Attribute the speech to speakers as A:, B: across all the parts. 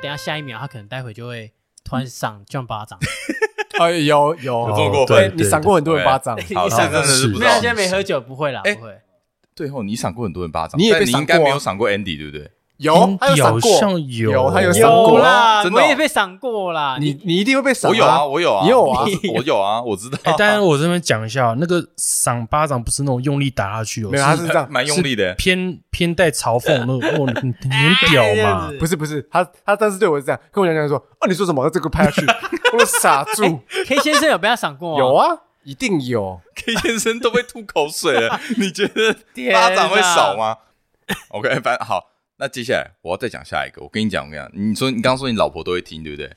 A: 他下一秒他可能待会就会突
B: 嗯
A: 然赏撞巴掌，
C: 哎，有有
D: 有这么过
C: 对
D: 分
C: 你闪过很多人巴掌，
D: 好，
A: 你
D: 那
A: 想
D: 真的是不知
A: 没有，
D: 道
A: 现。在没喝酒，不会啦，
D: 哎
A: 不会。
D: 对哦，你闪过很多人巴掌，
C: 你也被
D: 但你
C: 闪
D: 应该
C: 过啊
D: 没有闪过 Andy 对不对？
C: 有他有闪
B: 嗯好
C: 过，
B: 像有，哦
C: 有他有闪过
A: 有啦，
D: 真的
A: 我
D: 哦
A: 也被赏过啦。
C: 你你一定会被闪。
D: 我有啊，，我有啊，
C: 你有啊
D: 我 是我有啊，我知道
B: 哎、。当然我这边讲一下，哦那个赏巴掌不是那种用力打下去哦，
C: 没有，他是这样，
D: 蛮用 力的，
B: 偏偏带嘲讽那种，哦，你你
A: 哎
B: 很屌
A: 这样
B: 嘛
A: 子？
C: 不是不是，他他当时对我是这样，跟我讲讲说，哦，你说什么？这个拍下 去，我都傻
B: 哎
C: 住。
A: K 先生有被他赏过吗？
C: 有啊，一定有。
D: K 先生都被吐口水了，你觉得
A: 天哪
D: 巴掌会少吗？OK，反正好，那接下来我要再讲下一个。我跟你讲，我跟你讲，你说你刚刚说你老婆都会听，对不对？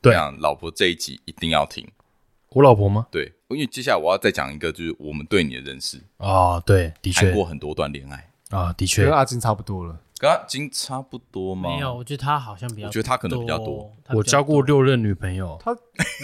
B: 对
D: 啊，老婆这一集一定要听。
B: 我老婆吗？
D: 对，因为接下来我要再讲一个，就是我们对你的认识，
B: 啊，对，的
D: 谈
B: 确
D: 过很多段恋爱，
B: 啊，的确
C: 跟，阿金差不多了，
D: 跟他已经差不多吗？
A: 没有，，我觉得他好像比较，
D: 我觉得他可能比较多。
A: 他比较多
B: 啊我交过六任女朋友，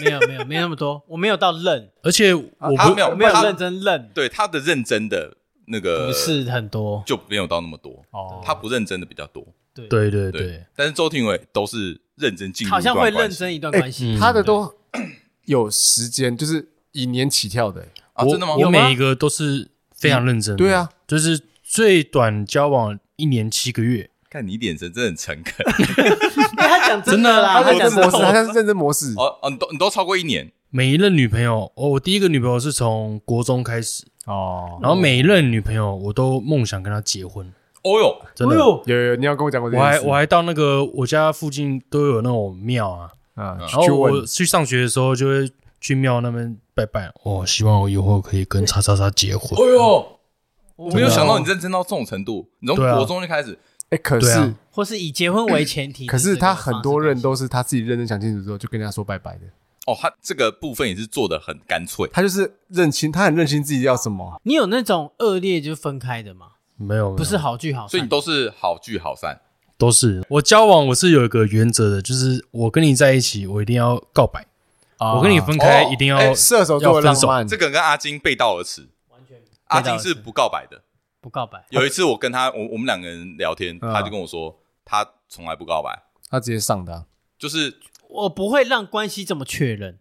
A: 没有没有没有那么多，我没有到认，
B: 而且
C: 啊
B: 我
D: 他
B: 不
D: 没有
A: 我没有
D: 他
A: 认真认，
D: 对他的认真的那个
A: 不是很多。
D: 就没有到那么多，
C: 哦
D: 他不认真的比较多。
A: 对，
B: 对对
D: 对，
B: 对，
D: 但是周庭伟都是认真进入，
A: 好像会认真一段关系。
B: 嗯
C: 他的都 有时间，就是以年起跳的。
D: 啊，
B: 我
D: 真的吗？
B: 我每一个都是非常认真的，
C: 对啊，
B: 就是最短交往一年七个月，
D: 看你眼神真的很诚恳。
A: 因为哎他讲真的
B: 啊
A: 啦，
C: 他
A: 他
C: 认
D: 啊
A: 讲
C: 真模式，
A: 真的
C: 他像是认真模式。
D: 哦哦，你都你都超过一年，
B: 每一任女朋友，哦，我第一个女朋友是从国中开始，
C: 哦，
B: 然后每一任女朋友我都梦想跟她结婚，
D: 哦哟，
B: 真的。
A: 哎呦
C: 有有，你要跟我讲过这
B: 我还
C: 件事。
B: 我还到那个我家附近都有那种庙啊，
C: 啊，
B: 然后
C: 去
B: 我
C: 问
B: 去上学的时候就会去庙那边拜拜。哦，希望我以后可以跟叉叉叉结婚。
D: 哦哟，我没有
B: 啊真的啊
D: 想到你认真到这种程度，你从
B: 对啊
D: 国中就开始，
C: 哎，可
B: 对
C: 是
B: 啊
A: 或是以结婚为前提。
C: 可是他很多人
A: 人
C: 都是他自己认真想清楚之后就跟人家说拜拜的，
D: 哦，他这个部分也是做的很干脆，
C: 他就是认清，他很认清自己要什么。
A: 你有那种恶劣就分开的吗？
B: 没有，没有
A: 不是好聚好散，
D: 所以你都是好聚好散。
B: 都是我交往我是有一个原则的，就是我跟你在一起，我一定要告白；我跟你分开，
D: 哦
B: 一定要
D: 哎
C: 射手座的浪漫，
D: 这个跟阿金背道而驰，
A: 完全
D: 阿金是不告白的。
A: 不告白。
D: 有一次我跟他，我我们两个人聊天，
C: 嗯
B: 啊
D: 他就跟我说，他从来不告白，
C: 他直接上的啊，
D: 就是
A: 我不会让关系这么确认，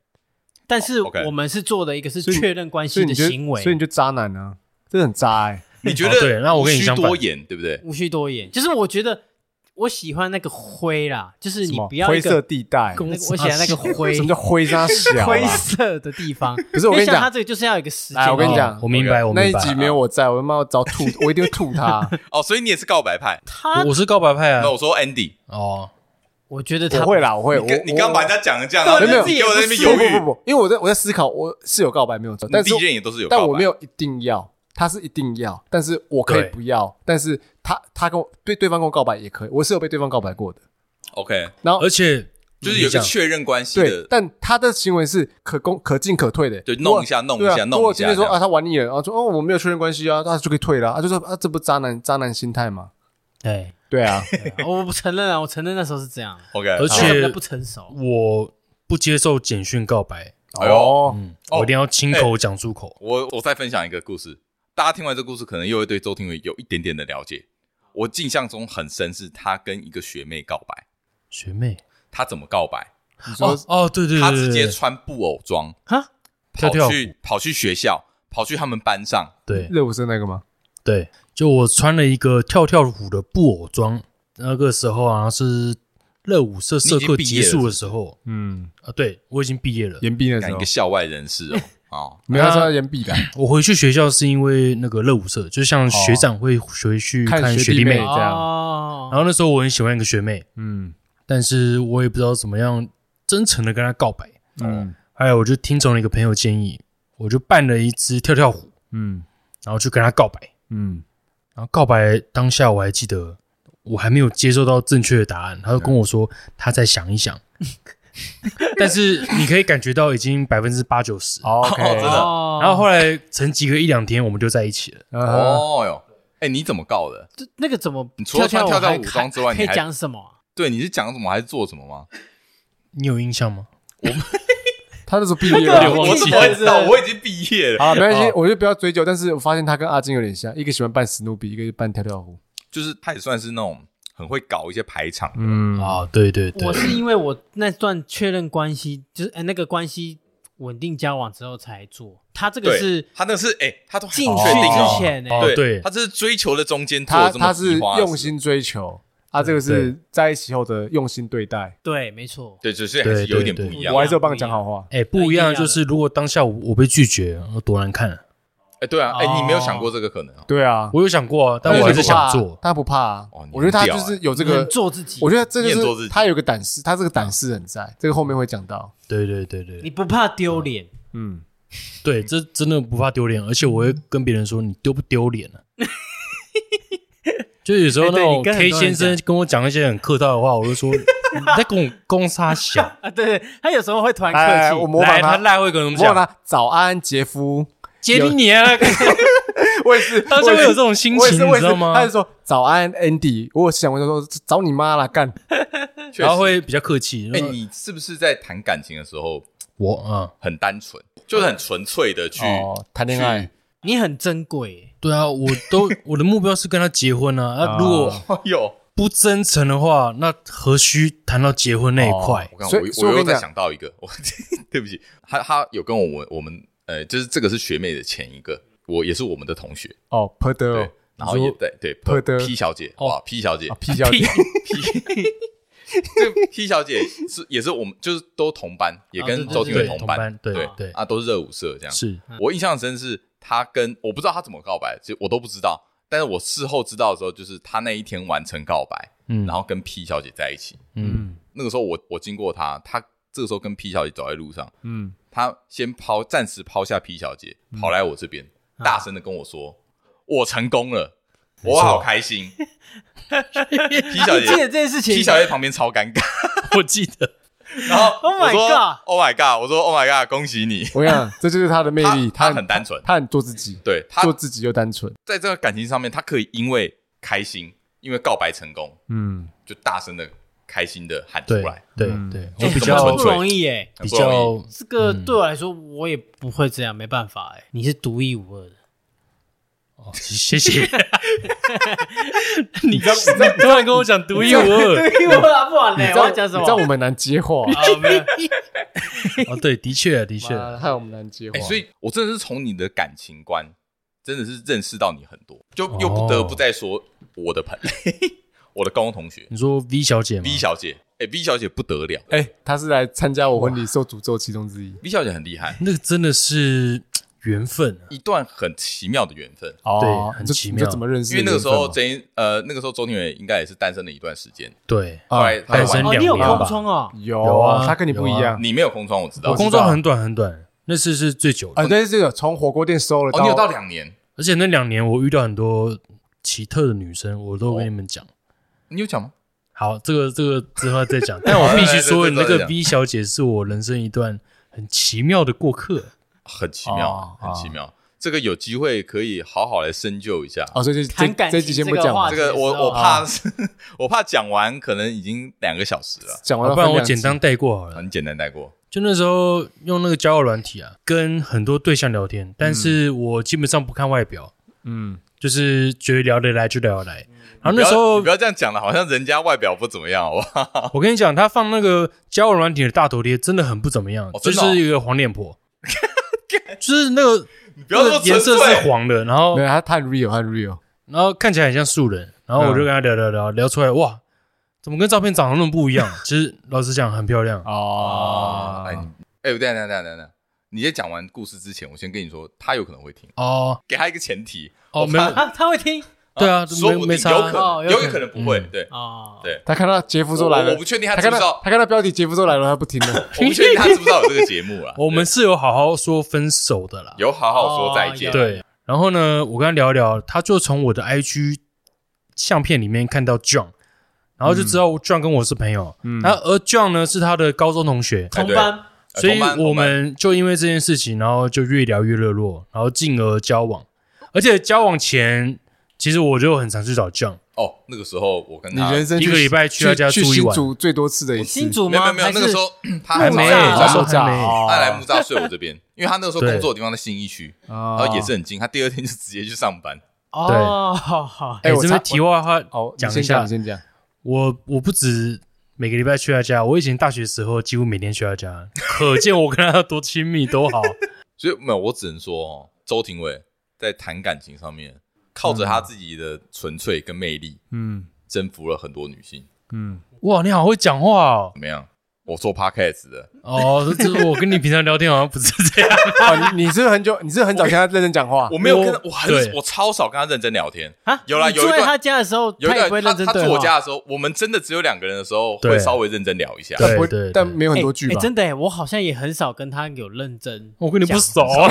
A: 但是
D: 哦，OK
A: 我们是做的一个是
C: 所以你
A: 确认关系
C: 所以你
A: 的
C: 就
A: 行为，
C: 所以你就渣男啊，这很渣哎。
D: 你觉
B: 哦对
D: 得
B: 那我跟你
D: 虚
B: 相反
D: 多言，对不对？
A: 无需多言。就是我觉得我喜欢那个灰啦，就是
C: 什
A: 你
C: 么
A: 不要
C: 灰
A: 一个
C: 色地带？
A: 那个我喜欢那个灰
C: 什么叫灰渣小啊？
A: 灰色的地方。
C: 不是我
A: 因
C: 跟
A: 为
C: 你
A: 像
C: 讲
A: 他，这个就是要有一个时间。
C: 哎来我跟你讲
B: 哦我明白，我
C: 那
B: 明
C: 一
B: 白。
C: 集没有我在，我他妈我早吐， 我一定会吐 他。
D: 哦，所以你也是告白派。
A: 他
B: 我，我是告白派啊
D: 那。我说 Andy，
B: 哦，
A: 我觉得
C: 我
A: 他
C: 会啦，我会。
D: 你跟
C: 我
D: 你刚把人家讲成这样，
A: 对
D: 然后
C: 没有
D: 你给我在那边
C: 不
D: 犹
C: 不
D: 豫，
C: 不不，因为我在我在思考，我是有告白没有错，但
D: 你
C: 是
D: 第一任也都是有告白，
C: 但我没有一定要，他是一定要，但是我可以
B: 对
C: 不要，但是他他跟我对对方跟我告白也可以，我是有被对方告白过的。
D: OK，
C: 然后
B: 而且
D: 就是有一
B: 这
D: 个
B: 样
D: 确认关系
C: 对，
D: 的，
C: 但他的行为是可攻可进可退的，
D: 就弄一下弄一下
C: 对啊
D: 弄一下
C: 如果今天说
D: 这样
C: 啊，他玩你了，然后说哦，我没有确认关系啊，他就可以退了啊，他就说啊，这不渣男渣男心态吗？
A: 对，
C: 对 啊，
A: 对啊我不承认啊，我承认那时候是这样，
D: OK，
B: 而且
A: 但是比较不成熟。
B: 我不接受简讯告白，
D: 哎呦，
C: 哦，
B: 嗯，
D: 哦
B: 我一定要亲口讲出口。
D: 我我再分享一个故事，大家听完这故事，可能又会对周庭伟有一点点的了解。我印象中很深是他跟一个学妹告白，
B: 学妹，
D: 他怎么告白？
C: 你说
B: 哦哦，对对对，
D: 他直接
B: 对
D: 穿布偶装
A: 哈，
D: 跑
B: 跳跳
D: 去跑去学校，跑去他们班上，
B: 对，
C: 热舞社那个吗？
B: 对，就我穿了一个跳跳虎的布偶装，那个时候啊是热舞社社课结束的时候
C: 嗯，
B: 啊，对我已经毕业了。
C: 岩壁那
D: 干
C: 时
D: 一
C: 候
D: 个，校外人士哦。
C: 没有他说岩 壁的，
B: 我回去学校是因为那个热舞社，就像学长会回去
C: 看
B: 看
C: 学
B: 学
C: 弟
B: 弟
C: 妹
B: 妹，
C: 这样
B: 然
A: 哦，
B: 后那时候我很喜欢一个学妹，
C: 嗯
B: 但是我也不知道怎么样真诚的跟她告白。
C: 嗯
B: 后来我就听从了一个朋友建议，我就扮了一只跳跳虎，
C: 嗯
B: 然后去跟她告白。
C: 嗯，
B: 然后告白当下我还记得，我还没有接受到正确的答案，他就
C: 嗯
B: 跟我说他再想一想， 但是你可以感觉到已经百分之八九十。
C: 哦
D: 哦真的
A: 哦
B: 然后后来曾几个一两天，我们就在一起了。
C: 哦，
D: 哦哟，哎，你怎么告的？
A: 这那个怎么
D: 你除了穿
A: 跳
D: 跳跳
A: 还
D: 舞装之外
A: 还可以
D: 你还
A: 讲什么啊？
D: 对，你是讲什么还是做什么吗？
B: 你有印象吗？
C: 他那时候毕业
A: 那
C: 了
A: 个。
D: 我
A: 我
D: 怎
A: 记
D: 么
A: 得
D: 会知道？
A: 是
D: 我已经毕业了，
C: 好了，没关系，我就不要追究。但是我发现他跟阿金有点像，一个喜欢扮史努比，一个就扮跳跳虎。
D: 就是他也算是那种。很会搞一些排场，
C: 嗯
B: 啊，对对对
A: 我，是因为我那段确认关系，就是、呃、那个关系稳定交往之后才做，他这个
D: 对
A: 是
D: 他那是哎、他都很
A: 进去
D: 确定哦
A: 之前呢、欸
B: 哦
D: 对
B: 对
D: 他这是追求的中间做
C: 他
D: 了这么
C: 他是
D: 计划的事
C: 用，心追求，他这个是在一起后的用心对待。
A: 对，没错，
D: 对，只是还是有一点不
B: 对对对
D: 一
A: 对
D: 样
C: 我。还是有帮你讲好话，
B: 哎，不一样的就是，如果当下我我被拒绝，我多难看啊！
D: 哎，对啊，哎，你没有
A: 哦
D: 想过这个可能哦？
C: 对啊，
B: 我有想过啊，但我还是想做。
C: 他不怕啊
D: 哦你很。
C: 我觉得他
D: 屌
C: 就
D: 啊
C: 是有这
A: 这
C: 个，
A: 做自己，
C: 我觉得这
D: 你很
C: 就
D: 做自
C: 是
D: 己
C: 他有个胆识，他这个胆识很在，这个后面会讲到。
B: 对对对对
A: 你不怕丢脸，
C: 嗯，
B: 对，这真的不怕丢脸，而且我会跟别人说你丢不丢脸呢、啊？就有时候那
A: 哎对
B: 种
A: 你跟
B: K
A: 很多人
B: 先生跟我讲一些很客套的话，我就说你在跟我公差小，
A: 啊，对对，他有时候会突然
C: 来来来
A: 客
C: 哎
A: 气，
C: 我模仿
B: 来他
C: 他，
B: 赖会跟我们
C: 模仿
B: 讲，
C: 他。早安，杰夫，
B: 杰你你啊，
C: 我也是，
B: 当时
C: 我
B: 会
C: 也
B: 有
C: 是
B: 这种心
C: 我也
B: 情，
C: 是，我
B: 你
C: 也
B: 知
C: 是
B: 道，
C: 他
B: 吗
C: 是？说早安，Andy。我有想我就说找你妈啦，干。
D: 确
B: 然后
D: 实，
B: 会比较客气。
D: 哎，
B: 就说
D: 你是不是在谈感情的时候
B: 我啊，
D: 很单纯，就是很纯粹的去
C: 哦，谈恋爱
D: 去，
A: 你很珍贵，
B: 对啊，我都 我的目标是跟他结婚啊。那如果
D: 哎呦，
B: 不真诚的话，那何须谈到结婚那一块
D: 我？刚
C: 所以
D: 我
C: 所以我
D: 又
C: 跟你
D: 在
C: 讲
D: 想到一个，我 对不起，他他有跟我们我们呃，就是这个是学妹的前一个，我也是我们的同学，
C: 哦，p 德
D: 对
C: 哦，，
D: 然后也
C: 说
D: 对对
C: 特的
D: P 小姐，哇，P 小姐
C: 啊，P 小姐，
D: 这个 P 小姐是也是我们就是都同班，也
A: 啊
D: 跟
A: 对
D: 周
A: 对
D: 庭伟
B: 对同
D: 班
B: 班，对对
D: 啊，都是热舞社这样。
B: 是
D: 我印象很深是她跟我不知道她怎么告白，就我都不知道。但是我事后知道的时候，就是她那一天完成告白，
B: 嗯
D: 然后跟 P 小姐在一起。
B: 嗯
D: 那个时候我我经过她，她这个时候跟 P 小姐走在路上，
C: 嗯，
D: 她先抛暂时抛下 P 小姐，跑来我这边，大声的跟我说：“我成功了，我好开心。” P 小
A: 你记得
D: 姐
A: 这件事情
D: ，P 小姐旁边超尴尬。
B: 我记得
D: 然后
A: Oh
D: 我
A: my
D: 说
A: God
D: Oh my God，我说 Oh my God，恭喜你。
C: 我跟你讲，这就是他的魅力，
D: 他他
C: 很
D: 很单纯
C: 他很做自己，
D: 对他
C: 做自己又单纯。
D: 在这个感情上面，他可以因为开心，因为告白成功，
C: 嗯，
D: 就大声的、开心的喊出
B: 对
D: 来，
B: 对
C: 嗯
B: 对，
A: 哎
B: 我比
D: 怎
A: 这
D: 么
B: 较
A: 不容易哎、
D: 很
B: 比
D: 不容易。
B: 较
A: 这个对我来说，我也不会这样，没办法哎、你是独一无二的，
B: 哦谢谢。 你刚你突然跟我讲独一无二
A: 独一无二，不然
C: 你
A: 呢
C: 知？
A: 哎我
C: 道
A: 要讲什
C: 你知道我
A: 么？
C: 们难接话，
A: 啊，没有，
B: 哦，对，的确的确，
C: 妈害我们难接话
D: 哎、。所以我真的是从你的感情观，真的是认识到你很多，就又不得不再说我的朋友， 我的高中同学
B: 你说 V 小姐吗
D: V 小姐，哎、v 小姐不得了
C: 哎，他是来参加我婚礼受诅咒其中之一。
D: ，V 小姐很厉害，
B: 那个真的是缘分啊，
D: 一段很奇妙的缘分。
C: 哦
B: 对，
C: 你
B: 很
C: 就
B: 奇
C: 你就
B: 妙
C: 怎么认识
D: 因
C: 的
D: 为
C: 缘
D: 那
C: 分吗？
D: 个时候，真呃，那个时候周庭伟应该也是单身了一段时间，
B: 对，
C: 啊
D: 后来他
B: 单身
D: 完
A: 哦，你有
B: 两年
A: 空
B: 吧
A: 窗哦，
B: 哎有
C: 有
B: 啊
C: 他跟你不一样
D: 你没有空窗，我知道
B: 我，工作很短很短，那次是最久的，
C: 啊。对，这个从火锅店收了
D: 哦，你有到两年，
B: 而且那两年我遇到很多奇特的女生，我都跟你们讲。
D: 你有讲吗？
B: 好，这个这个之后再 讲，但我必须说，你那
D: 对对对
B: 个
D: 对
B: V 小姐是我人生一段很奇妙的过客。
D: 很奇妙，
C: 哦
D: 很奇妙。这个有机会可以好好来深究一下。
C: 哦，所以这
A: 谈
C: 这
A: 感
C: 这
A: 情
C: 集先不
A: 这个
C: 讲
A: 话
D: 这
A: 题
C: 完，
D: 个我
A: 哦
D: 我怕是， 我怕讲完可能已经两个小时了，
C: 讲完了
B: 好哦不然
C: 分
B: 我
C: 两集
B: 简单带过好了。
D: 很简单带过。
B: 就那时候用那个交友软体啊，跟很多对象聊天，但是我基本上不看外表，
C: 嗯，
B: 就是觉得聊得来就聊得来。然后
D: 不
B: 那
D: 要
B: 时
D: 你
B: 候
D: 不要这样讲了，好像人家外表不怎么样，好不好？
B: 我跟你讲，他放那个交友软体的大头贴真的很不怎么样，
D: 哦
B: 就
D: 真的哦
B: 是一个黄脸婆，就是那个
D: 你不要
B: 那
D: 说
B: 个颜色
D: 纯
B: 是
D: 粹
B: 黄的，然后
C: 没有他他很 real，他很 real，
B: 然后看起来很像素人，然后我就跟他聊聊聊聊出来，哇，怎么跟照片长得那么不一样？其实老实讲很漂亮，
D: 啊！哎，你
C: 哦，
D: 哎，等一下等一下等一下等一下，你在讲完故事之前，我先跟你说，他有可能会听，
B: 哦
D: 给他一个前提。
B: 哦
D: 我
B: 没有
D: 怕
A: 啊，他会听
B: 对啊
D: 说不
B: 没没
D: 定
B: 差
D: 有可
A: 哦
D: 能，
A: 有可
D: 有
A: 能
D: 可能不会
B: 嗯，
D: 对
A: 哦，
D: 对。
C: 他看到杰夫
D: 我
C: 说来
D: 哦我
C: 了
D: 不，确定他
C: 他看
D: 知不知
C: 到
D: 道，
C: 他看到标题杰夫说来了，他不听了。
D: 我不确定他知不知道有这个节目啊。
B: 我们是有好好说分手的啦
D: 对，有好好说再见
A: 哦，
B: 对，然后呢，我跟他聊一聊，他就从我的 IG 相片里面看到 John，然后就知道
D: 嗯
B: John 跟我是朋友，
C: 嗯
B: 然后而 John 呢是他的高中同学，
D: 哎
A: 同
D: 对
A: 班
D: 呃
B: 所以
D: 同班
B: 我
D: 同班
B: 们就因为这件事情，然后就越聊越热络，然后进而交往，而且交往前。其实我就很常去找 John，
D: 哦，那个时候我跟
C: 你
D: 他
C: 人生
B: 一个
C: 去
B: 礼拜去他家
C: 去
B: 住一
C: 新
B: 晚
C: 竹最多次的一次，
A: 新竹
D: 没有
A: 吗？
D: 没有
A: 还
D: 没有，那个
A: 是
D: 时候
C: 哦
D: 他
B: 还
D: 还
B: 没
D: 早
C: 那时候
B: 还没
C: 哦
D: 他来木栅睡我这边，因为他那个时候
B: 对
D: 工作的地方在信义区，然
C: 然
D: 后也是。很近，他第二天就直接去上班。
A: 哦，好好
C: 哎
B: 哎，
C: 我
B: 这
C: 插
B: 边题外话
C: 哦，你
B: 讲
C: 先
B: 一
C: 讲，
B: 下
C: 你，先讲。
B: 我我不止每个礼拜去他家，我以前大学时候几乎每天去他家，可见我跟他多亲密多好。
D: 所以没有，我只能说哦，周庭伟在谈感情上面，靠着他自己的纯粹跟魅力，
C: 嗯
D: 征服了很多女性。
C: 嗯，
B: 哇，你好会讲话哦！
D: 怎么样？我做 podcast 的，
B: 哦，这这我跟你平常聊天好 像不是这样。
C: 啊，你你是不是很久，你是不是很早跟他认真讲话
D: 我，没有跟他
B: 我
D: 我很
B: 对
D: 我超少跟他认真聊天。
A: 啊，
D: 有啦
A: 你
D: 有一
A: 住在
D: 段
A: 他家的时候，
D: 有一
A: 他也
D: 个
A: 不会
D: 他
A: 认真
D: 他
A: 对
D: 住
A: 话
D: 我家的时候，我们真的只有两个人的时候，
B: 对
D: 会稍微认真聊一下。
C: 但不
B: 对对对
C: 会，但没有很多句
A: 哎
C: 吧
A: 哎？
C: 哦
A: 真的哎，我好像也很少跟他有认真，
B: 我跟你不熟，啊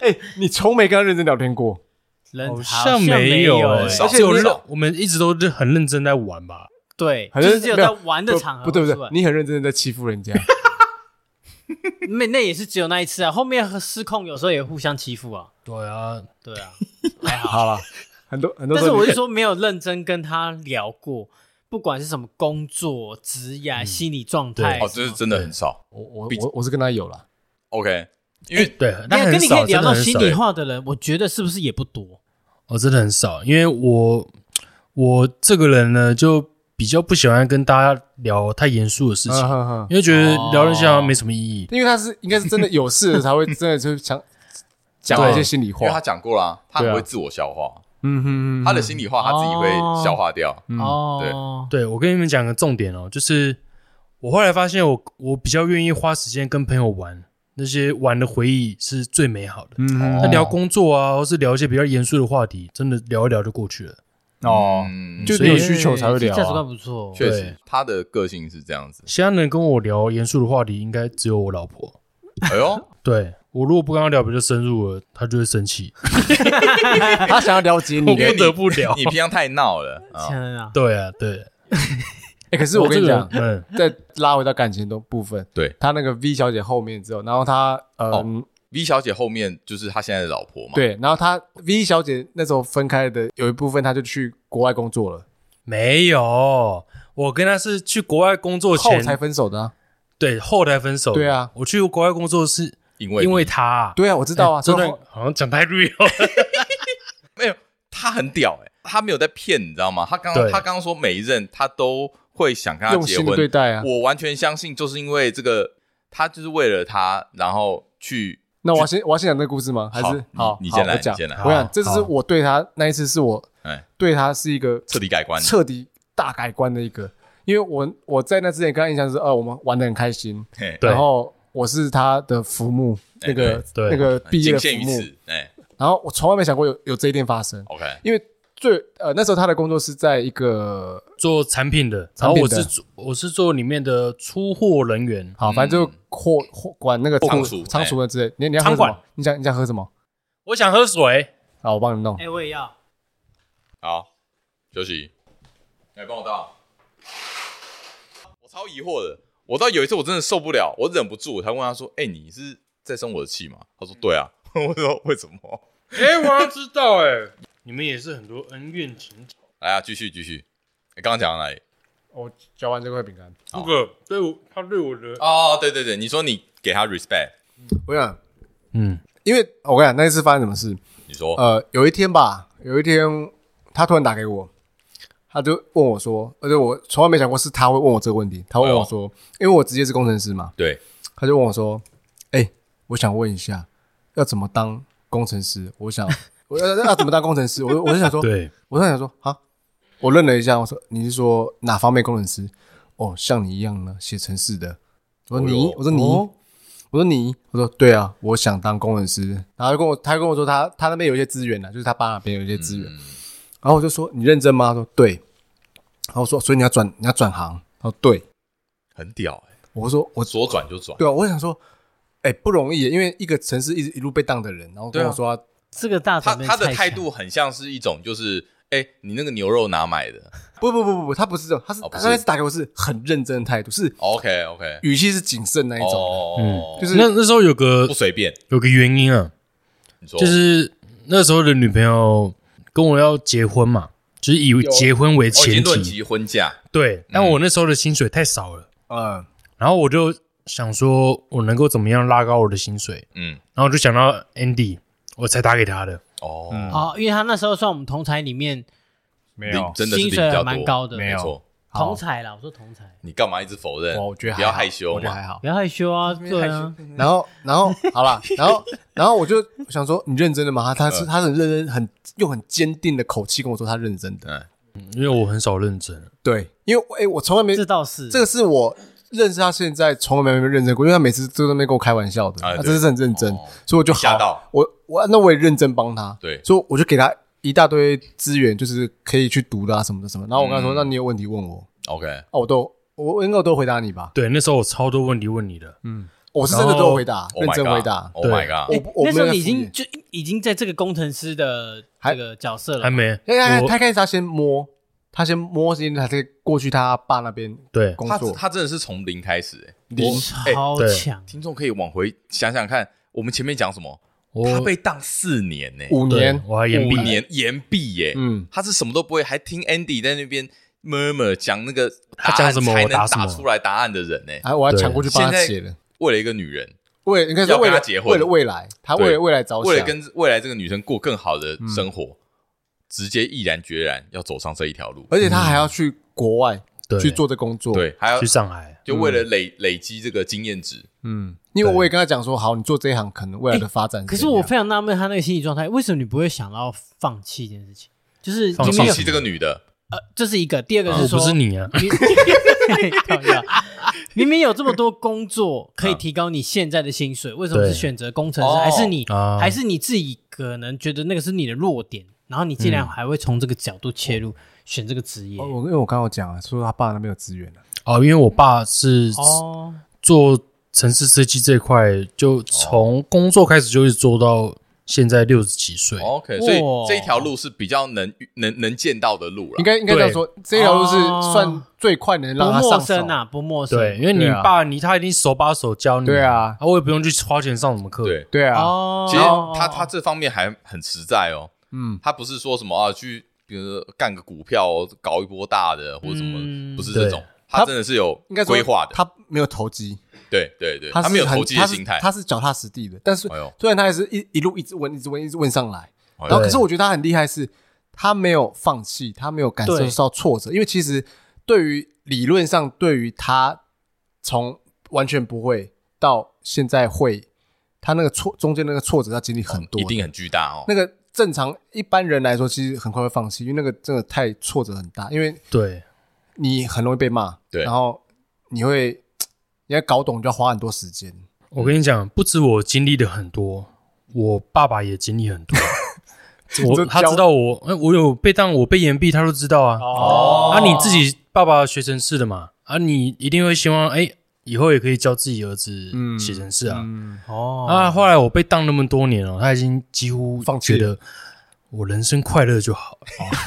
C: 哎，你从没跟他认真聊天过，
A: 认
B: 好
A: 像
B: 像没
A: 有哎
B: 哎，
C: 而且
B: 只有
C: 你
B: 认我们一直都是很认真在玩吧。
A: 对，
C: 好
A: 就
C: 像
A: 是只有
C: 没
A: 在
C: 有
A: 玩的
C: 不
A: 场合
C: 不对不
A: 是吧
C: 对，你很认真的在欺负 人家，
A: 那那也是只有那一次啊，后面和失控有时候也互相欺负啊，
B: 对啊，
A: 对 啊，
C: 好了，很多很多
A: 但
C: 时
A: 是
C: 候
A: 我
C: 你，
A: 是说没有认真跟他聊过，不管是什么工作、职业、
C: 嗯
A: 心理状态
B: 对
D: 哦，这是真的很少。
C: 我我我我是跟他有了，
D: OK，因为
B: 对，
A: 那
B: 但很
A: 跟你可
B: 少，
A: 以聊
B: 真的
A: 到
B: 很
A: 心
B: 少。
A: 里话的人，我觉得是不是也不多？
B: 我真的很少，因为我我这个人呢，就比较不喜欢跟大家聊太严肃的事情，
C: 嗯哼哼
B: 因为觉得聊那些好像没什么意义。
C: 因为他是应该是真的有事了才会真的就想讲一些心里
D: 因为他
C: 话，
D: 讲过啦，他
C: 对啊
D: 很会自我消化，
C: 嗯哼
D: 他的心里话他自己会消化掉。
C: 嗯
A: 哦，
B: 对我跟你们讲个重点哦，就是我后来发现我，我比较愿意花时间跟朋友玩，那些玩的回忆是最美好的。
C: 嗯哼
B: 那、
D: 哦
B: 聊工作啊，或是聊一些比较严肃的话题，真的聊一聊就过去了。
C: 哦，
D: 嗯，
C: 就
B: 所
C: 你
B: 以
C: 有需求才会聊
A: 哎价值
C: 啊
A: 观，不错，
D: 确
B: 对
D: 实他的个性是这样子。
B: 现在能跟我聊严肃的话题，应该只有我老婆。
D: 哎呦，
B: 对我如果不跟她聊比较深入了，她就会生气。
C: 他想要了解
A: 哦
C: 你
B: 我。不得不聊。
D: 你平常太闹了
A: 天
D: 啊！
A: 啊！
B: 对啊，对。
C: 哎，可是我跟你
B: 这个嗯
C: 讲，
B: 人
C: 再拉回到感情的部分，
D: 对
C: 他那个 V 小姐后面之后，然后他嗯
D: 哦，V 小姐后面就是他现在的老婆嘛？，
C: 对，然后他 V 小姐那时候分开的有一部分，她就去国外工作了，
B: 没有，我跟他是去国外工作
C: 后
B: 前
C: 才分手的啊。
B: 对后来分手。
C: 对啊，
B: 我去国外工作是
D: 因为
B: 因为他啊、
C: 对啊，我知
B: 知
C: 道
D: 哎
C: 啊，
B: 这
C: 所以
B: 段
C: 后
B: 好像讲太 real 了。
D: 没有他很屌哎，他没有在骗，你知道吗？他刚
B: 对
D: 他刚刚说每一任他都会想跟他
C: 用
D: 结
C: 心的
D: 婚，
C: 对待啊。
D: 我完全相信，就是因为这个，他就是为了他，然后去
C: 那我要先我要先讲这个故事吗？还是
D: 好
C: 好，
D: 你你
C: 好
D: 先来
C: 我讲
D: 你先来
C: 我想
B: 好
C: 这是
B: 好
C: 我对她那一次是我
D: 哎
C: 对她是一个
D: 彻底改观。
C: 彻底大改观的一个，因为我我在那之前跟她印象是，呃，我们玩的很开心，
D: 嘿
B: 对
C: 然后我是她的浮木，
D: 哎
C: 那个
B: 对对
C: 那个毕业
D: 仅
C: 的
D: 限于
C: 浮木，
D: 此。哎
C: 然后我从来没想过有有这一天发生，
D: ，OK，
C: 因为最呃那时候她的工作是在一个
B: 做产品的，然
C: 产
B: 后
C: 品
B: 我
C: 的
B: 是做我是做里面的出货人员，
C: 好，反正就货货管那个嗯
D: 仓
C: 仓
D: 储
C: 仓储的之类。你你要喝
B: 仓
C: 什
B: 管
C: 么？你想你想喝什么？
B: 我想喝水，
C: 好，我帮你弄。
A: 哎，我也要。
D: 好，休息。来帮我倒。我超疑惑的，我到有一次我真的受不了，我忍不住，我才问他说：“哎、你是在生我的气吗？”他说：“对啊。” 我说：“为什么
B: 哎、我要知道哎、你们也是很多恩怨情仇。？”
D: 来啊，继续继续。你刚刚讲到哪里？
C: 我嚼完这块饼干，
D: 好
B: 个对我他对我的，
D: 哦，对对对，你说你给他 respect，
C: 我想，
B: 嗯，
C: 因为我跟你讲那一次发生什么事，
D: 你说、
C: 呃，有一天吧，有一天他突然打给我，他就问我说，而且我从来没想过是他会问我这个问题，他问我说，因为我职业是工程师嘛，
D: 对，
C: 他就问我说，哎、我想问一下，要怎么当工程师？我想 我要要怎么当工程师？我就我就想说，
B: 对，
C: 我突然想说啊，我愣了一下，我说你是说哪方面工程师？哦，像你一样呢，写程式的。我说
D: 哎呦
C: 你，我说你，
B: 哦
C: 我说你，我说对啊，我想当工程师。然后他跟我，他跟我说他他那边有一些资源呢、啊就是他爸那边有一些资源。
B: 嗯
C: 然后我就说你认真吗？他说对。然后我说所以你要转你要转行？他说对。
D: 很屌、欸，
C: 我说我
D: 左转就转，
C: 对啊，我想说，哎、不容易耶，因为一个城市一直一路被当的人，然后跟
D: 对啊
C: 我说他
A: 这个大
D: 他
A: 场面
D: 他的
A: 太
D: 态
A: 强
D: 度很像是一种就是，哎、你那个牛肉哪买的
C: 不不不不不，他不是这种，他是、
D: 哦不
C: 他
D: 是
C: 那次打给我是很认真的态度，是
D: ？OK OK，
C: 语气是谨慎那一种。嗯
D: 哦，
C: 就是
B: 那那时候有个
D: 不随便，
B: 有个原因啊，
D: 你说哦
B: 就是那时候的女朋友跟我要结婚嘛，就是以结婚为
D: 哦，已
B: 前
D: 经论
B: 提，
D: 及婚嫁，
B: 对。但我那时候的薪水太少了，
C: 嗯，
B: 然后我就想说，我能够怎么样拉高我的薪水？
D: 嗯，
B: 然后我就想到 Andy，我才打给他的。
D: 哦，
A: 哦，因为他那时候算我们同台里面
C: 没
D: 领
C: 有，
D: 真的是
A: 薪
D: 领比
A: 水还
D: 较多，
A: 蛮高的，
C: 没
D: 没
C: 有
D: 错。
C: 好
A: 同才啦，我说同才，
D: 你干嘛一直否认？
C: 我我觉得
D: 不
C: 还
D: 要
C: 好
D: 害羞
C: 我觉得还
D: 嘛。
C: 好
A: 不。要害羞啊，对啊，
C: 然后，然后好了，然后，然后我就想说，你认真的吗？他他是
D: 嗯
C: 他很认真，很用很坚定的口气跟我说他认真的。
D: 嗯，
B: 因为我很少认真，
C: 对，因为哎，我从来没
A: 这倒是
C: 这个是我认识他现在从来没有认真过，因为他每次都在那边跟我开玩笑的，
D: 啊
C: 他
D: 对
C: 真的是很认真
D: 哦，
C: 所以我就好
D: 吓到
C: 我我那我也认真帮他，
D: 对
C: 所以我就给他一大堆资源，就是可以去读的啊什么的什么的。然后我跟他说：“
D: 嗯
C: 那你有问题问我
D: OK，
C: 啊，我都我我应该我都回答你吧。
B: 对，那时候我超多问题问你的，”
C: 我是真的都有回答，
D: Oh
C: 认
D: my
C: 真
D: god
C: 回答。
D: Oh
B: 对
D: my god！
C: 我
A: 诶
C: 不我
A: 哎那
C: 没
A: 时
C: 有
A: 候
C: 在
A: 你已
C: 敷
A: 经
C: 衍
A: 就已经在这个工程师的
C: 还
A: 这个角色了
B: 还，没，
C: 哎哎，他
B: 我
C: 开始他先摸，他先摸，是因为他在过去他爸那边
B: 对
C: 工
D: 他
C: 作，
D: 他真的是从零开始、欸，
C: 零
D: 哎
A: 超
B: 对
A: 强，
D: 听众可以往回想想看，我们前面讲什么？
B: 我
D: 他被当四年呢、
C: 五
B: 对
C: 年，
B: 我还
D: 五
B: 延毕，
D: 年岩壁耶、
C: 嗯，
D: 他是什么都不会，还听 Andy 在那边 murmur 讲那个
B: 他
D: 答
B: 讲
D: 案
B: 什么
D: 才
B: 我
D: 能
B: 答什么
D: 出来答案的人呢、
C: 哎，我还
B: 对
C: 抢过去帮
D: 现在
C: 他写了。
D: 为了一个女人，
C: 为应该是
D: 要跟
C: 为
D: 他
C: 了
D: 结婚
C: 为了未来，他
D: 对
C: 为了未来着想，嗯
D: 为了跟未来这个女生过更好的生活，直接毅然决然要走上这一条路。
C: 而且他还要去国外
B: 嗯对，
C: 去做这工作，，
D: 对，还要
B: 去上海，
D: 就为了累、累积这个经验值，
C: 嗯，因为我也跟他讲说，好，你做这一行可能未来的发展
A: 可是
C: 怎样
A: 我非常纳闷他那个心理状态，为什么你不会想到放弃这件事情？就是
B: 放
A: 你
D: 放
A: 没有
D: 弃这个女的，
A: 呃，这是一个，第二个
D: 嗯
C: 哦
A: 是
B: 我
A: 说
B: 不是你啊，
A: 你 靠腰明明有这么多工作可以提高你现在的薪水，为什么
B: 对
A: 是选择工程师？
D: 哦
A: 还是你、
B: 啊
A: 还是你自己可能觉得那个是你的弱点，然后你竟然还会从这个角度切入、选这个职业？
C: 我哦我因为我刚刚有讲啊，说他爸那边有资源啊，
B: 哦，因为我爸是
A: 哦，
B: 做城市设计这块，就从工作开始就一直做到现在六十几岁，
D: 哦
C: 哦
D: OK，
A: 哇
D: 所以这一条路是比较能能能见到的路了。
C: 应该应该这样说，这条路是算最快能
A: 哦不
C: 让他
A: 陌
C: 上手
A: 生，啊，不陌生。
B: 对，因为你
C: 对啊
B: 爸你他一定手把手教你，
C: 对啊
B: 我也不用去花钱上什么课，
D: 对，
C: 对啊，
A: 哦，
D: 其实他他这方面还很实在哦，
C: 嗯，
D: 他不是说什么啊去比如说干个股票哦搞一波大的或者什
A: 嗯
D: 么，不是这种
B: 对，
D: 他真的是有
C: 应该说
D: 规划的，
C: 他没有投机，
D: 对对对，
C: 他
D: 他
C: 是
D: 没有
C: 很
D: 投机的心态
C: 他，是他是脚踏实地的，但是
D: 哎呦
C: 虽然他也是一一路一直问，一直问，一直问上来，
D: 哎呦
C: 然后可是我觉得他很厉害是，他没有放弃，他没有感受
A: 对
C: 到挫折，因为其实对于理论上，对于他从完全不会到现在会，他那个挫中间那个挫折，他经历很多，
D: 一定很巨大哦
C: 那。个正常一般人来说，其实很快会放弃，因为那个真的太挫折很大，因为
B: 对
C: 你很容易被骂，
D: 对
C: 然后你会你要搞懂就要花很多时间，
B: 我跟你讲，不止我经历了很多，我爸爸也经历 很多。
C: 这
B: 我他
C: 教
B: 知道我，呃我有被当，我被延毕，他都知道啊。
C: 哦
B: 啊，你自己爸爸学城市的嘛，啊，你一定会希望，哎，以后也可以教自己儿子
C: 嗯
B: 写城市啊。
C: 嗯，
A: 哦
B: 啊，后来我被当那么多年了，他已经几乎
C: 放弃
B: 觉
C: 了
B: 得我人生快乐就好。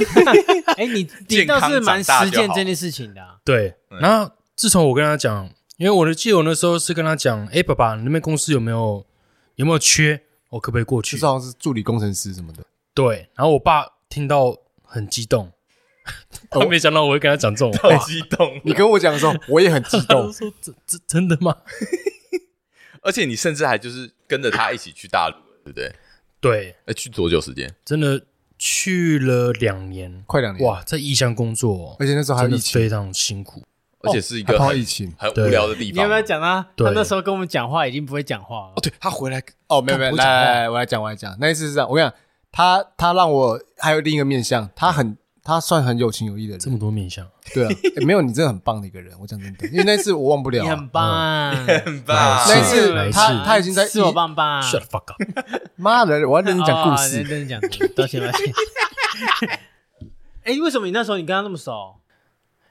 A: 哎、你你
D: 健
A: 倒
D: 康
A: 是蛮
D: 长大
A: 实
D: 就
A: 践
D: 好
A: 这件事情的啊、
B: 对，然后自从我跟他讲，因为我的记得我那时候是跟他讲，哎，爸爸，你那边公司有没有有没有缺？我可不可以过
C: 就？
B: 去
C: 是好像是助理工程师什么的，
B: 对，然后我爸听到很激动，他没想 到我会跟他讲这种 话，
D: 激动，
C: 你跟我讲的时候，我也很激
B: 他
C: 动
B: 就。说：“这这真的吗
D: 而且你甚至还就是跟着他一起去大陆，对不对？？”
B: 对，
D: 哎，去多久时间？
B: 真的去了两年，
C: 快两年，
B: 哇，在异乡工作、哦
C: 而且那时候还有
B: 真的
C: 疫情，
B: 非常辛苦。
D: 而且是一
C: 还
D: 个
C: 碰到
D: 很
C: 疫情
D: 很
B: 对
D: 无聊的地
A: 你要
D: 方
A: 不。要讲啊？他
B: 对
A: 那时候跟我们讲话已经不会讲话了
D: 哦，。对他回来
C: 哦，没有没有，
D: 不
C: 来
D: 讲话
C: 来来，我来讲，我来讲。那一次是这样，我跟你讲，他他让我还有另一个面相，他很他算很有情有义的
B: 这
C: 人，
B: 么多面相，
C: 对啊，诶没有你真的很棒的一个人，我讲真的，因为那一次我忘不了
A: 你
C: 啊。
A: 很棒，
D: 很 棒，
C: 那一
B: 是
C: 次
B: 哪一次
C: 他他已经在
A: 是我棒棒，
B: shut the fuck up。
C: 妈的，我要认真讲故
D: 啊
A: 哦认
C: 事，
A: 真讲故事，道歉道歉。哎，为什么你那时候你跟他那么熟？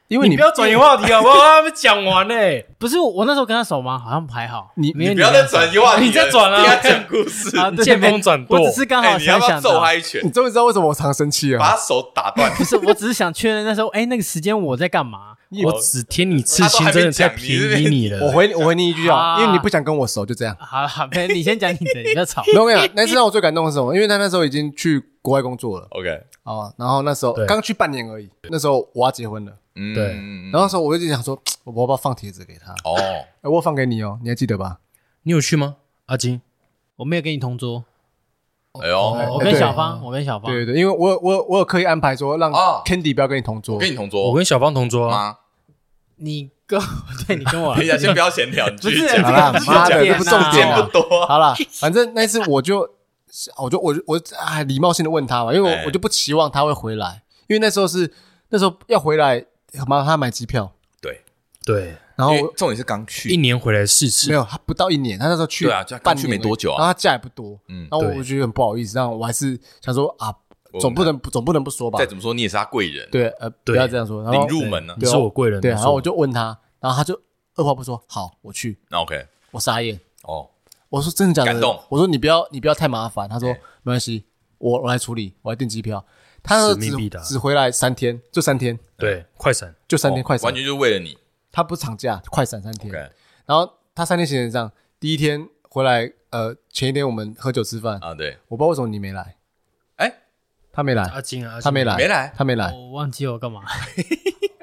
C: 因为你
B: 转移话题好不好？还没讲完呢、
A: 不是我我那时候跟他熟吗？好像还好。
C: 你
A: 没有
D: 不要再转移话题了，
B: 你在转啊
D: 不要讲故事。
A: 啊，对
B: 见风转舵
A: 我只是刚
D: 哎，
A: 好
D: 你要
A: 才
D: 不要
A: 想
D: 揍
A: 到
D: 他。一拳
C: 你？终于知道为什么我常生气了吧。
D: 把他手打断。
A: 不是，我只是想确认那时候，哎，那个时间我在干嘛？
B: 我只听你刺青，真的太便宜你了。
C: 我回我回你一句啊，
A: 啊
C: 因为你不想跟我熟，就这样。
D: 啊
A: 好了，好没你先讲你的，你不要吵。
C: 没有，我跟你讲，那次让我最感动的是什么？因为他那时候已经去国外工作了
D: OK，
C: 啊，然后那时候
B: 对
C: 刚去半年而已，那时候我要结婚了。
D: 嗯
B: 对
D: 嗯嗯
C: 然后那时候我就一直想说，我要不要放帖子给他？
D: 哦，
C: 哎，我有放给你哦，你还记得吧？
B: 你有去吗？阿金，
A: 我没有跟你同桌，
D: 哎呦，
A: 我跟
C: 对
A: 小芳，我跟小芳，
C: 对对对，因为我有我有我有刻意安排说让
D: 哦
C: Candy 不要跟你同桌
D: 我，跟你同
B: 我
D: 桌
B: 跟小芳同桌啊，
D: 吗？
A: 你跟对你跟我
D: 等一下，先不要闲聊，你继
A: 不
D: 续
A: 是
D: 讲
C: 好啦
A: 这个是
C: 妈
A: 重点
C: 的这不
A: 啊
C: 重点
D: 见
C: 啊
D: 不多啊。
C: 好 啦，反正那次我就，我就我就我啊，礼貌性的问他嘛，因为
D: 哎
C: 我我就不期望他会回来，因为那时候是那时候要回来，麻烦他买机票，
D: 对，
B: 对，
C: 然后
D: 因为
C: 我
D: 重点是刚
B: 一
D: 去，
B: 年回来四
C: 没
B: 次，
C: 有他不到一年，他那时候去
D: 对啊就刚
C: 半
D: 去
C: 年而已
D: 没多久啊
C: 然后他假也不多，
D: 嗯
C: 然后我
B: 对
C: 我觉得很不好意思，但我还是想说啊，
D: 我
C: 总不能总不能不说吧
D: 再，怎么说你也是他贵人，
C: 对，呃，不
B: 对
C: 要这样说，然后
D: 领入门呢。
B: 你是我贵人，
C: 对，啊
B: 没
C: 然
B: 错
C: 后我就问他，然后他就二话不说，好，我去，
D: 那 OK，
C: 我傻眼，
D: 哦，
C: 我说真的假的？
D: 感动
C: 我说你不要你不要太麻烦。他说
D: 哎
C: 没关系，我我来处理，我来订机票。他说
B: 使命必达
C: 只只回来三天，就三天，
B: 对快闪，
C: 就三天
D: 哦
C: 快闪
D: 完。全就是为了你。
C: 他不是长假，快闪三天。
D: OK，
C: 然后他三天行程这样，第一天回来，呃，前一天我们喝酒吃饭，
D: 啊，对，
C: 我不知道为什么你没来，
D: 哎，
C: 他没来，
B: 阿金啊，阿金
C: 他没来，
D: 没来哦
C: 他没来。
A: 我忘记我干嘛，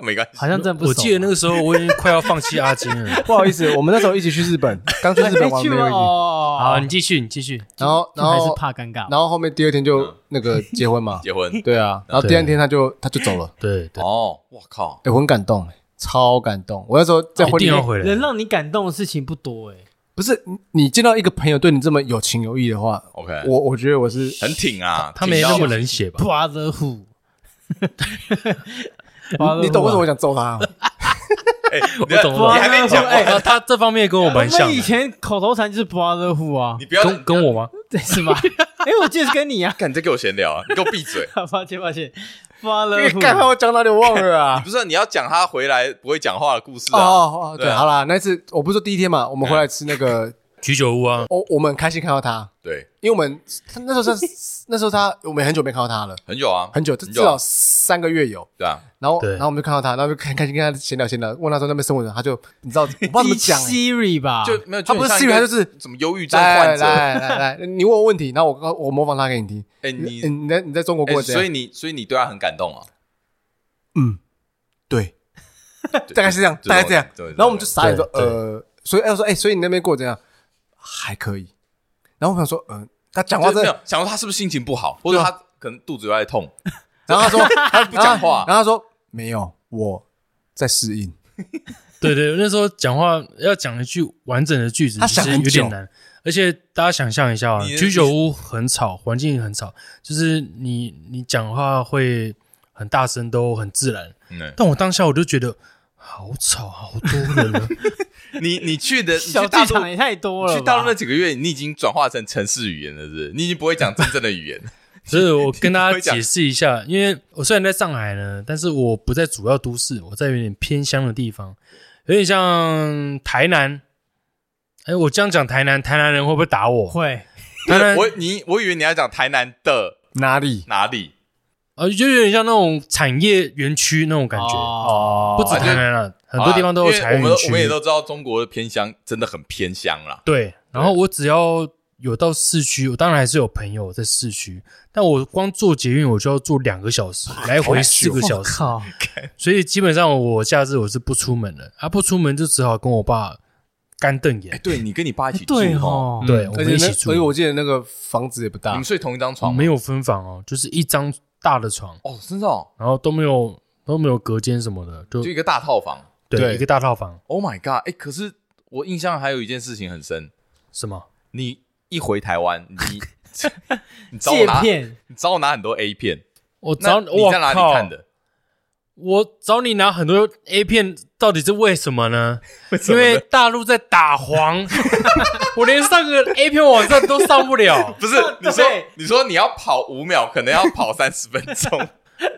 D: 没关系
A: 好，像真的不熟。
B: 我记得那个时候我已经快要放弃阿金 了。
C: 不好意思，我们那时候一起去日本，刚去日本
A: 没
C: 玩没
A: 去
C: 有一起
A: 哦。
B: 好，你继续，你继续。
C: 然后
A: 就
C: 然
A: 还是
C: 后
A: 怕尴尬。
C: 然后后面第二天就
D: 嗯
C: 那个结婚 嘛，
D: 结婚。
C: 对啊，然后第
B: 对
C: 二天他就他就走了。
B: 对对，
D: 哦，我靠，
C: 哎、我很感动、欸，超感动。我那时候在
B: 哦一
C: 婚礼
B: 定，要回
A: 能
B: 来。
A: 让你感动的事情不多哎、
C: 不是你你见到一个朋友对你这么有情有义的话，
D: OK
C: 我我觉得我是
D: 哦很挺啊，
B: 他没
D: 挺
B: 那
D: 到
B: 么冷血 吧？
D: 啊
A: Brother Who，
C: 你你懂为什么我想揍他吗？
D: 哎，我
B: 我懂了
D: 你还没讲
A: 哎
D: 完，
B: 啊，他这方面跟我
A: 我
B: 蛮像
A: 们以
B: 的，
A: 前口头禅就是 Brother Who 啊
D: 你，不要
B: 跟跟我吗？
A: 对是 吧？哎、我记得是跟你啊，
D: 干，你再给我闲聊啊，你给我闭嘴。
A: 抱歉抱歉
C: 因
A: ，Brother
C: 为刚才
A: Who，
C: 我讲哪里我忘了啊
D: 你。 不是你要讲他回来不会讲话的故事
C: 哦
D: 啊？
C: 哦，哦对，
D: 对啊
C: 好啦，那次我不是说第一天嘛，我们回来吃那个，哦
B: 居酒屋啊，
C: 我我们很开心看到他，
D: 对，
C: 因为我们他那时候是 那时候他我们也很久没看到他了，
D: 很久啊，
C: 很久，至
D: 很
C: 少
D: 久，
C: 三个月有。
D: 对啊，
C: 然后
B: 对
C: 然后我们就看到他，然后就很开心跟他闲聊闲聊，问他说那边生活怎么样，他就你知道我不知道怎么讲、 欸
A: Siri
B: 啊
A: 吧，
D: 就没有，
C: 他不是
D: 就很像
C: Siri，
D: 一个
C: 他就是
D: 什么忧郁症
C: 哎来
D: 患者。
C: 来来来来，你问我问题，然后我我模仿他给你听。
D: 哎，
C: 你
D: 你
C: 你在你在中国嗯
D: 哎
C: 过怎样？
D: 所以你所以你对他很感动啊？
C: 对，
D: 对
C: 大概是这样，
D: 对
C: 大概这样
D: 对对。对
C: 然后我们就傻眼说，
B: 对对
C: 呃，所以哎我说，哎，所以你那边过得怎样？还可以。然后我想说，嗯，他讲话
D: 就是
C: 真
D: 没有
C: 的，
D: 想说他是不是心情不好，或者
C: 对啊
D: 他可能肚子有在痛，
C: 然后他说他
D: 不讲话
C: 然后他说没有，我在适应。
B: 对对，那时候讲话要讲一句完整的句子，
C: 他
B: 其
C: 想
B: 实
C: 很
B: 有
C: 久
B: 点难。而且大家想象一下啊，
D: 你
B: 居酒屋很吵，环境很吵，就是你你讲话会很大声，都很自然。
D: 嗯，
B: 但我当下我就觉得好吵，好多 人啊，
D: 你你去的你去
A: 小
D: 大
A: 剧
D: 陆
A: 场也太多了吧，
D: 去大陆那几个月，你已经转化成城市语言了，是不是？你已经不会讲真正的语言。
B: 所以我跟大
D: 你
B: 家
D: 会讲
B: 解释一下，因为我虽然在上海呢，但是我不在主要都市，我在有点偏乡的地方，有点像台南。哎，我这样讲台南，台南人会不会打我？
A: 会
B: 台南
D: 我你我以为你要讲台南的
C: 哪里？
D: 哪里，
B: 呃，就有点像那种产业园区那种感觉，
A: 哦
B: 不止台南了，很多地方都有
D: 好啦
B: 产
D: 因
B: 业
D: 为我们
B: 园
D: 我们也
B: 区。
D: 都知道中国的偏乡真的很偏乡啦。
B: 对，然后我只要有到市区，我当然还是有朋友在市区，但我光坐捷运我就要坐两个小时，来回四个小时。
A: 靠，
B: 所以基本上我假日我是不出门的，啊，不出门就只好跟我爸干瞪
D: 哎，
B: 眼。
D: 对你跟你爸一起住
A: 对
D: 哦，
A: 哦，
B: 对，我
C: 而
B: 们
C: 且
B: 一
C: 那
B: 起住
C: 而且，我记得那个房子也不
D: 你
C: 大
D: 们，睡同一张床吗
B: 没有分房哦，就是一张大的床，
D: 哦，真的哦，
B: 然后都没有都没有隔间什么的，就
D: 就一个大套房。
B: 对
C: 对
B: 一个大套房，
D: Oh my god！哎，可是我印象还有一件事情很深，
B: 是吗？
D: 你一回台湾，你 你找我
A: 借
D: 拿，
A: 片
D: 你找我拿很多 A 片，
B: 我
D: 那
B: 找
D: 你在哪里看？
B: 我靠
D: 的？
B: 我找你拿很多 A 片，到底是为什么 呢？
D: 么
B: 因
D: 呢
B: 为大陆在打 黄，我连上个 A 片网站都上不了。
D: 不是，你说
A: 对
D: 你说你要跑五秒，可能要跑三十分 钟，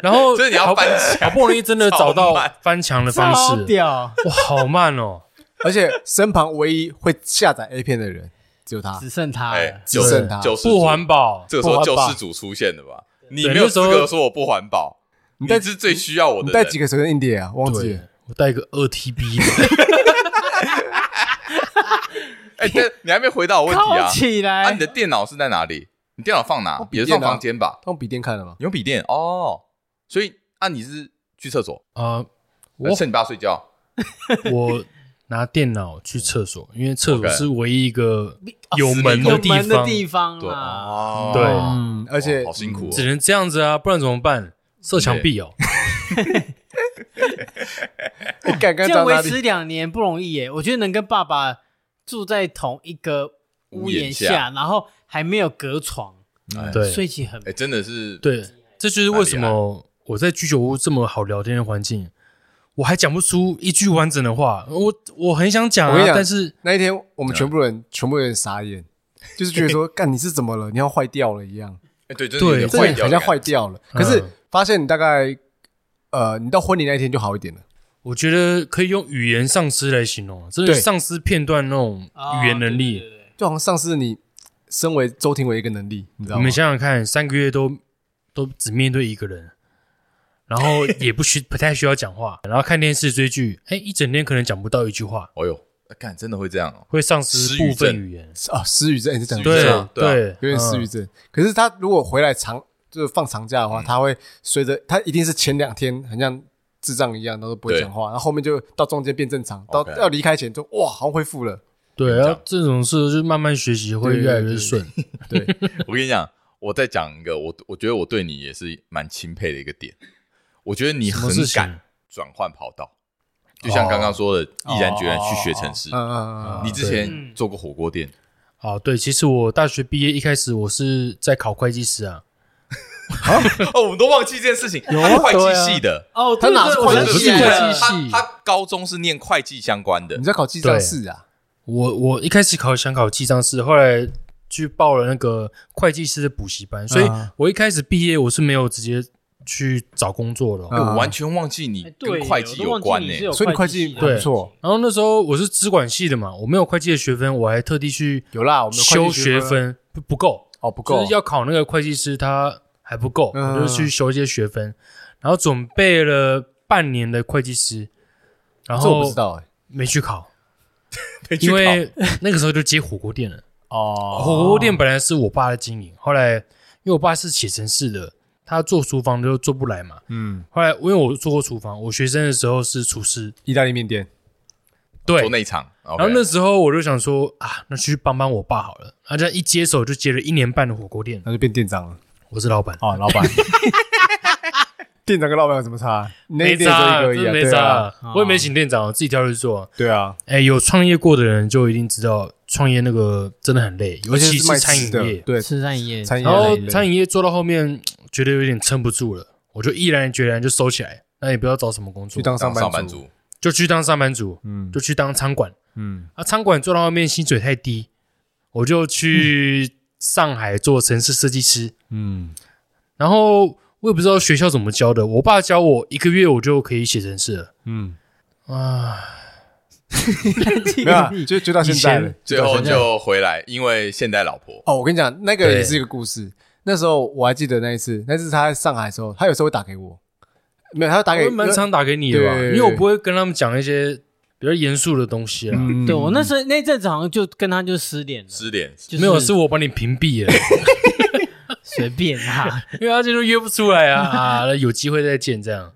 B: 然后
D: 所以你要
B: 好不
D: 翻
B: 好
D: 墙
B: 不容易真的找到
D: 超慢
B: 翻墙的方
A: 超
B: 式，
D: 啊
A: 屌，
B: 哇，好慢哦！
C: 而且身旁唯一会下载 A 片的人只有他，
A: 只剩他
D: 哎
A: 了，，
D: 救
C: 只
D: 世
C: 剩他
D: 救世主
B: 啊不环保，
D: 这个时候
C: 不环
D: 救
C: 保
D: 世主出现了吧？你
B: 对
D: 没有
B: 那时
D: 资
B: 候
D: 格说我不环保，你
C: 带
D: 是最需要我
C: 你
D: 的
C: 带几
D: 人。
C: 个手机硬碟啊？忘记
B: 对
C: 了。，
B: 我带一个二 TB 的，
D: 哎，但你还没回答我问题
A: 靠
D: 啊！
A: 起
D: 啊，
A: 来
D: 你的，电脑是在哪里？你电脑放哪
C: 我？
D: 也
C: 笔
D: 是
C: 电啊
D: 放房间吧？
C: 他用笔电看的吗？
D: 你用笔电哦，所以啊，你是去厕所，
B: 呃，我
D: 趁你爸睡觉。
B: 我拿电脑去厕所，因为厕所
D: OK
B: 是唯一一个
A: 哦
B: 有门
A: 有
B: 地
A: 门的
B: 方，
A: 地方啊
D: 对
A: 啦。
D: 哦
B: 对
C: 嗯，而且
D: 好辛苦哦
B: 只能这样子啊，不然怎么办？射墙壁哦，
C: 你
A: 这
C: 敢跟
A: 样
C: 张
A: 维
C: 大
A: 持
C: 力
A: 两年不容易耶，我觉得能跟爸爸住在同一个屋檐
D: 屋檐
A: 下，然后还没有隔床，
D: 哎
B: 对
A: 睡起很
D: 哎，真的是
B: 对，这就是为什
C: 啊
B: 么我在居酒屋这么好聊天的环境，我还讲不出一句完整的话。我我很想讲
C: 我跟
B: 啊
C: 你，讲
B: 但是
C: 那一天，我
D: 嗯
C: 们全部人全部人傻眼，就是觉得 说，干你是怎么了？你要坏掉了一样，
D: 哎对，真的
B: 对
D: 有点
C: 真
B: 这
D: 坏
C: 的好像
D: 掉的感觉，
C: 坏掉了。可是
B: 嗯
C: 发现你大概呃，你到婚礼那一天就好一点了。
B: 我觉得可以用语言丧失来形容，真的
C: 对
B: 丧失片段那种
A: 哦
B: 语言能
A: 对
B: 力。
A: 对对对
C: 就好像丧失你身为周庭伟一个能力，你知道
B: 你
C: 吗
B: 们？想想看，三个月都都只面对一个人，然后也不需不太需要讲话，然后看电视追剧，哎，一整天可能讲不到一句话，
D: 哎呦，哎干真的会这样哦，
B: 会丧失
D: 失语
B: 部分
D: 症
B: 语言。
C: 啊，失语症，哎你是讲
D: 失语
C: 对
D: 症
B: 对
D: 啊对啊
C: 有
B: 嗯
C: 点失语症。可是他如果回来长就是放长假的话，他会随着他一定是前两天很像智障一样，然后都不会
D: 对
C: 讲话，然后后面就到中间变正常，到
D: OK
C: 要离开前就哇，好像恢复了。
B: 对，
D: 这
B: 然
D: 样
B: 后这种事就是慢慢学习，会
C: 对
B: 越来
C: 对
B: 越顺。
C: 对，
D: 我跟你讲，我再讲一个，我我觉得我对你也是蛮钦佩的一个点。我觉得你
B: 什么
D: 很
B: 事情
D: 敢转换跑道，就像刚刚说的，毅然决然去学城市
C: 嗯。嗯嗯嗯，
D: 你之前
A: 嗯
D: 做过火锅店，
B: 哦，对，其实我大学毕业一开始我是在考会计师啊，
D: 哦，我们都忘记这件事情。他是会计系的，
A: 哦，
C: 他哪是
A: 对对对我
C: 会
A: 想
C: 计
A: 起来
C: 系
A: 了
B: 啊
D: 他
B: 系
D: 他高中是念会计相关的
C: 你。在考记账室啊？
B: 我我一开始考想考记账师，后来去报了那个会计师的补习班，所以
C: 啊
B: 我一开始毕业我是没有直接去找工作的哦、
D: 哎
C: 啊
D: 我完全忘记你
A: 哎对
D: 跟会计有关呢。
C: 所以你会计还不错，
B: 然后那时候我是资管系的嘛，我没有会计的学分，我还特地去
C: 有啦，我们的会计
B: 修学分，不不够，
C: 哦不够，
B: 就是要考那个会计师，他还不够，
C: 嗯
B: 我就是去修一些学分，然后准备了半年的会计师，然
C: 这我不
B: 后
C: 知道哎。
B: 没去考，
D: 可以去
B: 因
D: 考
B: 为那个时候就接火锅店了。
C: 哦
B: 火锅店本来是我爸在经营，后来因为我爸是写程式的，他做厨房就做不来嘛。
C: 嗯，
B: 后来因为我做过厨房，我学生的时候是厨师，
C: 意大利面店，
B: 对
D: 做，内场，然
B: 然后那时候我就想说啊，那去帮帮我爸好了。他这样一接手就接了一年半的火锅店，
C: 那就变店长了。
B: 我是老板，
C: 哦，老板， 店长跟老板有什么差？那一
B: 没
C: 店就
B: 渣，
C: 一个
B: 真
C: 而已
B: 的
C: 啊，
B: 没
C: 对啊，
B: 渣。我也没请店长，我自己挑着做。
C: 对啊，
B: 哎，有创业过的人就一定知道，创业那个真的很累，尤
C: 而且
B: 其
C: 是卖
B: 是
C: 吃
B: 餐饮
C: 的
B: 业。
C: 对，
A: 吃餐饮业，
C: 餐饮
B: 然
C: 业
B: 后
C: 类的
B: 餐饮业做到后面，觉得有点撑不住了，我就毅然决然就收起来，那也不要找什么工
C: 去
B: 作，
C: 当
D: 当上班
C: 班，
D: 族，
B: 就去当上班族，
C: 嗯
B: 就去当餐馆。
C: 嗯，
B: 啊，餐馆做到后面薪水太低，我就去上海做城市设计师。
C: 嗯，
B: 然后我也不知道学校怎么教的，我爸教我一个月我就可以写程式了。
C: 嗯，
B: 啊，
C: 没有啊，就就到现在
B: 以
C: 了
B: 前。
D: 最后
C: 就到现在了
D: 就回来，因为现代老婆
C: 哦，我跟你讲，那个
B: 对
C: 也是一个故事。那时候我还记得那一次，那次他在上海的时候，他有时候会打给我，没有，他会打
B: 我
C: 给
B: 也蛮常打给你的吧，
C: 哎对
B: 因为我不会跟他们讲一些比较严肃的东西啦。
C: 嗯
A: 对我那时候那阵子好像就跟他就失联了，
D: 失联，
A: 就是
B: 没有，是我把你屏 蔽了，
A: 随便 啦。
B: 因为他就都约不出来啊啊，那有机会再见这样。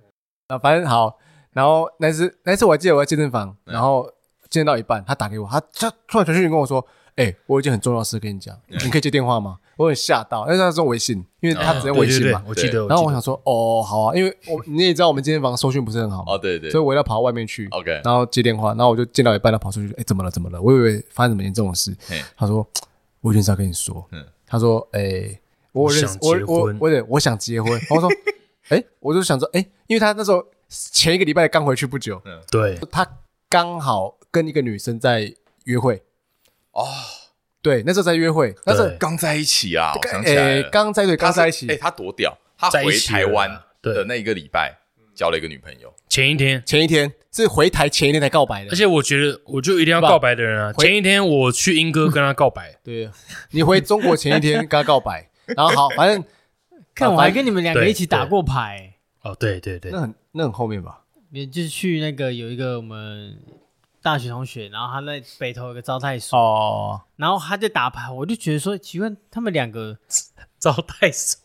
C: 啊，反正好。然后那次那次我还记得我在健身房，然后健身到一半，他打给我，他他突然传讯跟我说：“哎、我有一件很重要的事跟你讲，你可以接电话吗？”我很吓到，因为那时候微信，因为他只
B: 对
C: 能微
B: 对
C: 信
B: 对
C: 嘛。，
B: 我记
D: 对
B: 得。
C: 然后我
B: 记得
C: 想说：“哦，好啊，因为我你也知道我们健身房收讯不是很好嘛，
D: 哦，对对
C: 所以我要跑到外面去。
D: ，OK，
C: 然后接电话，然后我就见到一半，他跑出去，哎，怎么了？怎么了？我以为发生什么严重的事
D: 嘿。
C: 他说，我有件事要跟你说。
D: 嗯
C: 他说，哎，我认识
B: 我
C: 我
B: 想结
C: 我
B: 婚
C: 我对，我想结婚。然后我说，哎，我就想说，哎，因为他那时候前一个礼拜刚回去不
D: 嗯
C: 久，
B: 对，
C: 他刚好跟一个女生在约会。
D: 哦，
C: 对，那时候在约会，那时候
B: 对
D: 刚在一起啊，我想起来
C: 哎
D: 了，
C: 刚在对刚在一起
D: 哎，他多屌！他
B: 在一
D: 回
B: 起
D: 台
B: 了
D: 湾
B: 对嗯
D: 的那一个礼拜交了一个女朋友，
B: 前一天，
C: 前一天是回台前一天才告白的
B: 而。且我觉得我就一定要告白的人啊，
C: 回
B: 前一天我去英哥跟他告白，
C: 对， 你回中国前一天跟他告白，然后好，反正
A: 看我还跟你们两个
B: 啊对
A: 一起打过牌，
B: 哦，对对对
C: 那，很那很后面吧。
A: 也就是去那个有一个我们大学同学，然后他在北投有个招待所，
C: 哦，
A: 然后他在打牌，我就觉得说奇怪，他们两个
B: 招待所，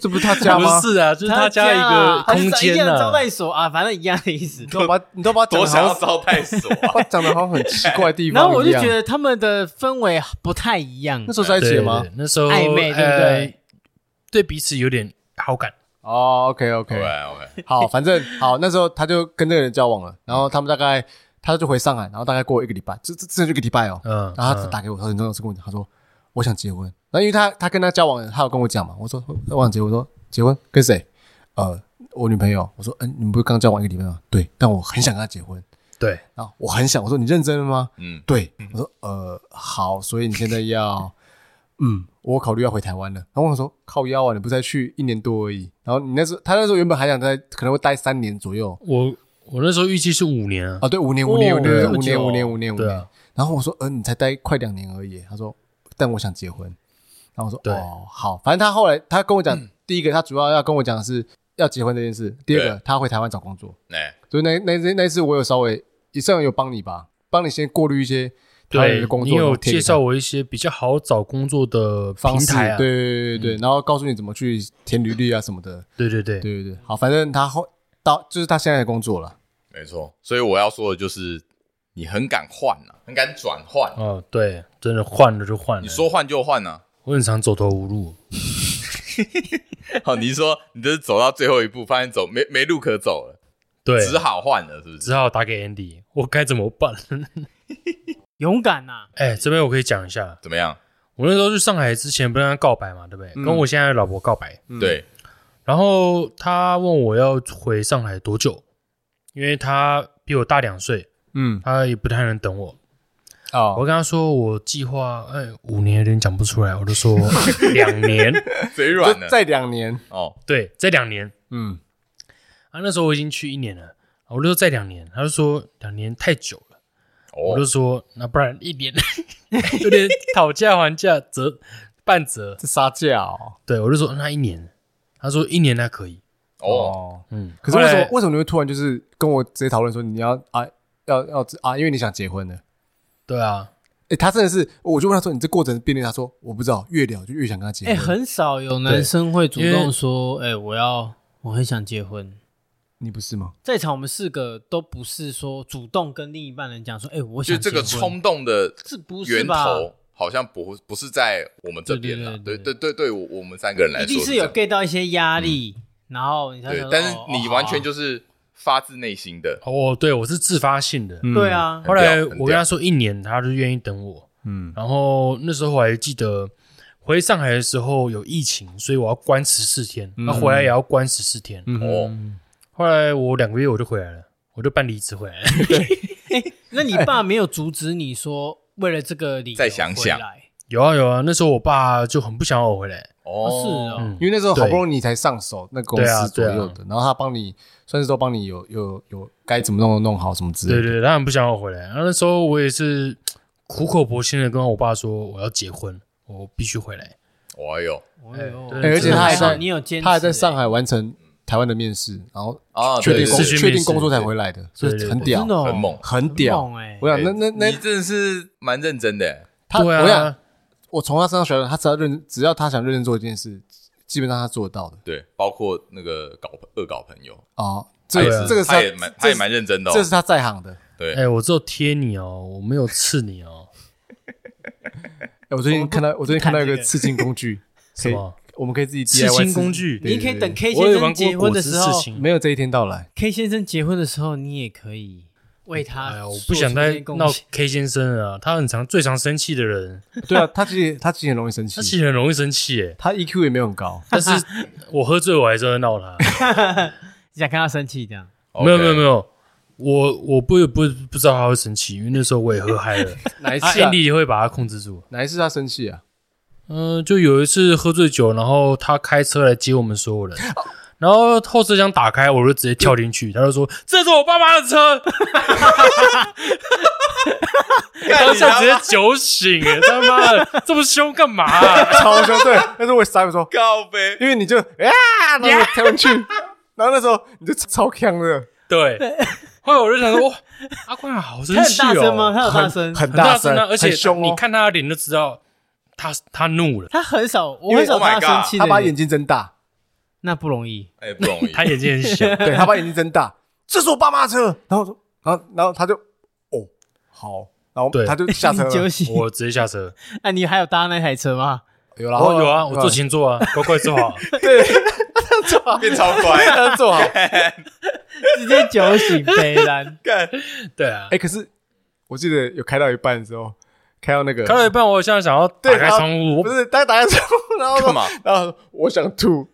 C: 这不是他家吗？
B: 不是啊，就是
A: 他
B: 家一个
A: 啊他
B: 空
A: 就一
B: 间
A: 样
B: 啊，
A: 招待所啊，反正一样的意 思
C: 你。都把你都把他讲得
D: 多
C: 好
D: 想
C: 像
D: 要招待所啊！
C: 把他讲的好像很奇怪的地
A: 然
C: 方
A: 后我
C: 一
A: 就
C: 样
A: 觉得他们的氛围不太一样
C: 那，时候在一
B: 对
C: 起
B: 对
C: 了吗？
B: 对那时候
A: 暧昧对不
B: 呃
A: 对？
B: 对彼此有点好感，
C: 哦，OK
D: OK
C: OK，
D: 啊 OK，
C: 好，反正好，那时候他就跟那个人交往了，然后他们大概他就回上海，然后大概过一个礼拜，这这这就一个礼拜哦，
B: 嗯，
C: 然后他
B: 嗯
C: 打给我，他很重要是跟我讲，他说我想结婚。然后因为他他跟他交往，他有跟我讲嘛，我说我想结婚，我说结婚跟谁？呃，我女朋友。我说嗯、你们不是刚交往一个礼拜吗？对，但我很想跟她结婚。
B: 对，
C: 然后我很想，我说你认真了吗？
D: 嗯，
C: 对，我说呃好，所以你 现在要嗯，我考虑要回台湾了。然后我想说靠腰啊，你不才去一年多而已。然后你那时候他那时候原本还想在可能会待三年左右
B: 我我那时候预计是五年啊，
C: 啊，对，五年五年
A: 哦
C: 五年
B: 这
C: 五
B: 么久
C: 年
B: 哦
C: 五年五年五
B: 对
C: 年
B: 啊。
C: 然后我说呃，你才待快两年而已。他说但我想结婚。然后我说
B: 对嗯
C: 哦好，反正他后来他跟我讲，第一个他主要要跟我讲的是要结婚这件事，第二个他回台湾找工作。
D: 哎，
C: 所以那那那那次我有稍微也算有帮你吧，帮你先过滤一些他
B: 对
C: 的工，作，
B: 你
C: 然
B: 有
C: 后贴给
B: 介
C: 他
B: 绍我一些比较好找工作的
C: 方
B: 平
C: 式，
B: 台啊，
C: 对对对对，然后告诉你怎么去填履历啊什么的，
B: 对对对，
C: 对对对，好，反正他后到就是他现在的工作了，
D: 没错。所以我要说的就是，你很敢换啊，很敢转换啊，
B: 哦对，真的换了就换了，
D: 你说换就换啊。
B: 我很常走投无路，
D: 好，哦你是说你这是走到最后一步，发现走没没路可走了，
B: 对，
D: 只好换了，是不是？
B: 只好打给 Andy，我该怎么办？
A: 勇敢啊呐，
B: 哎，这边我可以讲一下，
D: 怎么样？
B: 我那时候去上海之前不是跟他告白嘛，对不对？
C: 嗯
B: 跟我现在的老婆告白，
D: 对，
B: 然后他问我要回上海多久，因为他比我大两岁，
C: 嗯，
B: 他也不太能等我。我
C: 哦，
B: 跟他说我计划，哎，五年有点讲不出来，我就说两年，
D: 嘴软
C: 就
D: 了。
C: 再两年，
D: 哦，
B: 对，在两年
C: 嗯，
B: 啊，那时候我已经去一年了，我就说在两年，他就说两年太久了，我
D: 哦
B: 就，说那不然一年， 有点讨价还价，折半折，
C: 这杀价哦，
B: 对我就说那一年，他说一年那可以，
D: 哦，
B: 嗯，
C: 可是为什
B: 后
C: 么
B: 来
C: 为什么你会突然就是跟我直接讨论说你要啊要要啊，因为你想结婚了。
B: 对啊，
C: 哎、他真的是，我就问他说：“你这过程便利？”他说：“我不知道，越聊就越想跟他结
A: 哎，
C: 婚。
A: 很少有男生会主
B: 因为
A: 动说，哎，我要，我很想结婚。
C: 你不是吗？
A: 在场我们四个都不是说主动跟另一半人讲说，哎，我
D: 就
A: 想
D: 这个
A: 结婚
D: 冲动的
A: 是不是
D: 源
A: 吧？
D: 头好像不不是在我们这边啦，对
A: 对
D: 对
A: 对
D: 对对，我我们三个人来
A: 一
D: 说
A: 定是有
D: 这样嗯
A: get 到一些压力，然后你才
D: 对
A: 想，说
D: 但是
A: 哦
D: 你
A: 哦
D: 完
A: 好
D: 全
A: 啊
D: 就是发自内心的，
B: 哦，对我是自发性的，
A: 对啊，
D: 嗯
B: 后来
D: 很屌很
B: 我跟他说一年，他就愿意等我。
C: 嗯，
B: 然后那时候我还记得回上海的时候有疫情，所以我要关十四天，那、回来也要关十四天。
D: 哦，
B: 后来我两个月我就回来了，我就办离职回来了。
A: 那你爸没有阻止你说为了这个理由
D: 再想想
A: 回来
B: 有啊有啊，那时候我爸就很不想要我回来。
A: 哦
D: 哦，
A: 是哦，
B: 嗯
C: 因，为那时候好
B: 对
C: 不容易你才上手那公
B: 对啊
C: 司左
B: 对啊
C: 右的，然后他帮你算是都帮你有有有该怎么弄的弄好什么之类的。
B: 对对，对他很不想要我回来。然后那时候我也是苦口婆心的跟我爸说我要结婚，我必须回来。
D: 哦呦，
A: 哎呦
B: 对哎
C: 而且他还在
A: 还好你有坚持，
C: 他还在上海完成台湾的面试，然后
D: 啊，
C: 确
D: 对
C: 定
D: 对
C: 工
B: 是去
D: 对
B: 面试
C: 确定工作才回来的，所
B: 对
C: 以
B: 对对
C: 很
A: 哎，
C: 屌
A: 真的，哦
D: 很猛
C: 很屌
A: 猛。哎
C: 啊我，想那那
D: 对
C: 那
D: 你真的是蛮认真的，
C: 他，
B: 对
C: 我想
B: 啊，
C: 我从他身上学到，他只要认只要他想认真做一件事，基本上他做得到的。
D: 对，包括那个搞恶搞朋友，
C: 哦，
D: 他
C: 这
D: 也
C: 个
D: 是
C: 这个是
D: 他也蛮他
C: 这
D: 也
C: 是
D: 蛮认真的哦，
C: 这是他在行的。
B: 哎、我只有贴你哦，我没有刺你 哦。
C: 哎我最近看到我最近看到一个
A: 这个
C: 刺青工具，可
B: 什
C: 以
B: 么
C: 我们可以自己 DIY
B: 刺青
C: 自
B: 工具
C: 对
A: 你可以等 K
B: 我
A: 先
B: 有玩
A: 生
B: 过
A: 结婚
B: 果
A: 的
B: 汁
A: 时
B: 事
A: 候
B: 情，
C: 没有这一天到来。
A: ，K 先生结婚的时候，你也可以为他
B: 哎呀，我不
A: 做
B: 想
A: 出
B: 再
A: 一些贡
B: 闹
A: 献
B: K 先生了啊！他很常最常生气的人，
C: 对啊，他其实他其实很容易生
B: 他其
C: 气，
B: 实很容易生气 耶。
C: 他 EQ 也没有很高。
B: 但是我喝醉我还是会闹 他，
A: 想看他生气这样。
B: 没有没有没
D: 有，
B: 有，我我不不不知道他会生气，因为那时候我也喝嗨 了，
C: 哪一
B: 啊
C: 次啊？
B: Andy 也会把他控制住。
C: 哪一次他生气啊？
B: 嗯、就有一次喝醉酒，然后他开车来接我们所有人。
A: 哦
B: 然后后车厢打开，我就直接跳进去。他 就说：“这是我爸妈的车。
D: 干”
B: 当
D: 你
B: 下
D: 他
B: 直接
D: 妈
B: 酒醒，哎 他妈的这么凶干嘛啊、
C: 超凶，对。但是我也傻眼说，
D: 告呗，
C: 因为你就啊，然后我跳进去，然后那时候你就超强的，
B: 对，后来我就想说，哇，阿冠好生
A: 他很
B: 气
A: 大声吗？
B: 哦，
A: 他有大
C: 很
A: 声，
C: 很
B: 很大
C: 声
B: 啊，而且
C: 很凶
B: 你
C: 哦。
B: 看他的脸就知道他他怒了，
A: 他很少，我
D: 因为
A: 很少
D: Oh
A: 看
D: my
A: 他生气
C: 他
A: 的
C: 把眼
A: 脸，
C: 睛睁大，
A: 那不容易。
D: 哎、不容易。
B: 他眼睛很 小，
C: 对他把眼睛睁大，这是我爸妈的车。然后我说，然后然后他就哦好，然后
B: 对
C: 他就下车
A: 你酒
C: 了。
A: 醒，
B: 我直接下车。
A: 那你还有搭那台车吗？
C: 有
B: 然
C: 啦，嗯
B: 后
C: 后
B: 有啊，
C: 后
B: 我坐前座
C: 哦
B: 啊，乖 乖坐好。
D: 变超 乖，
C: 他坐好。
A: 直接酒 醒悲然
D: 干
B: 对啊，
C: 哎，可是我记得有开到一半的时候，开到那个
B: 啊开到一半，我现在想要打
C: 对
B: 开
C: 然后
B: 窗户，
C: 不
B: 我
C: 是他打开窗户，然后说
D: 干嘛？
C: 然后说我想吐，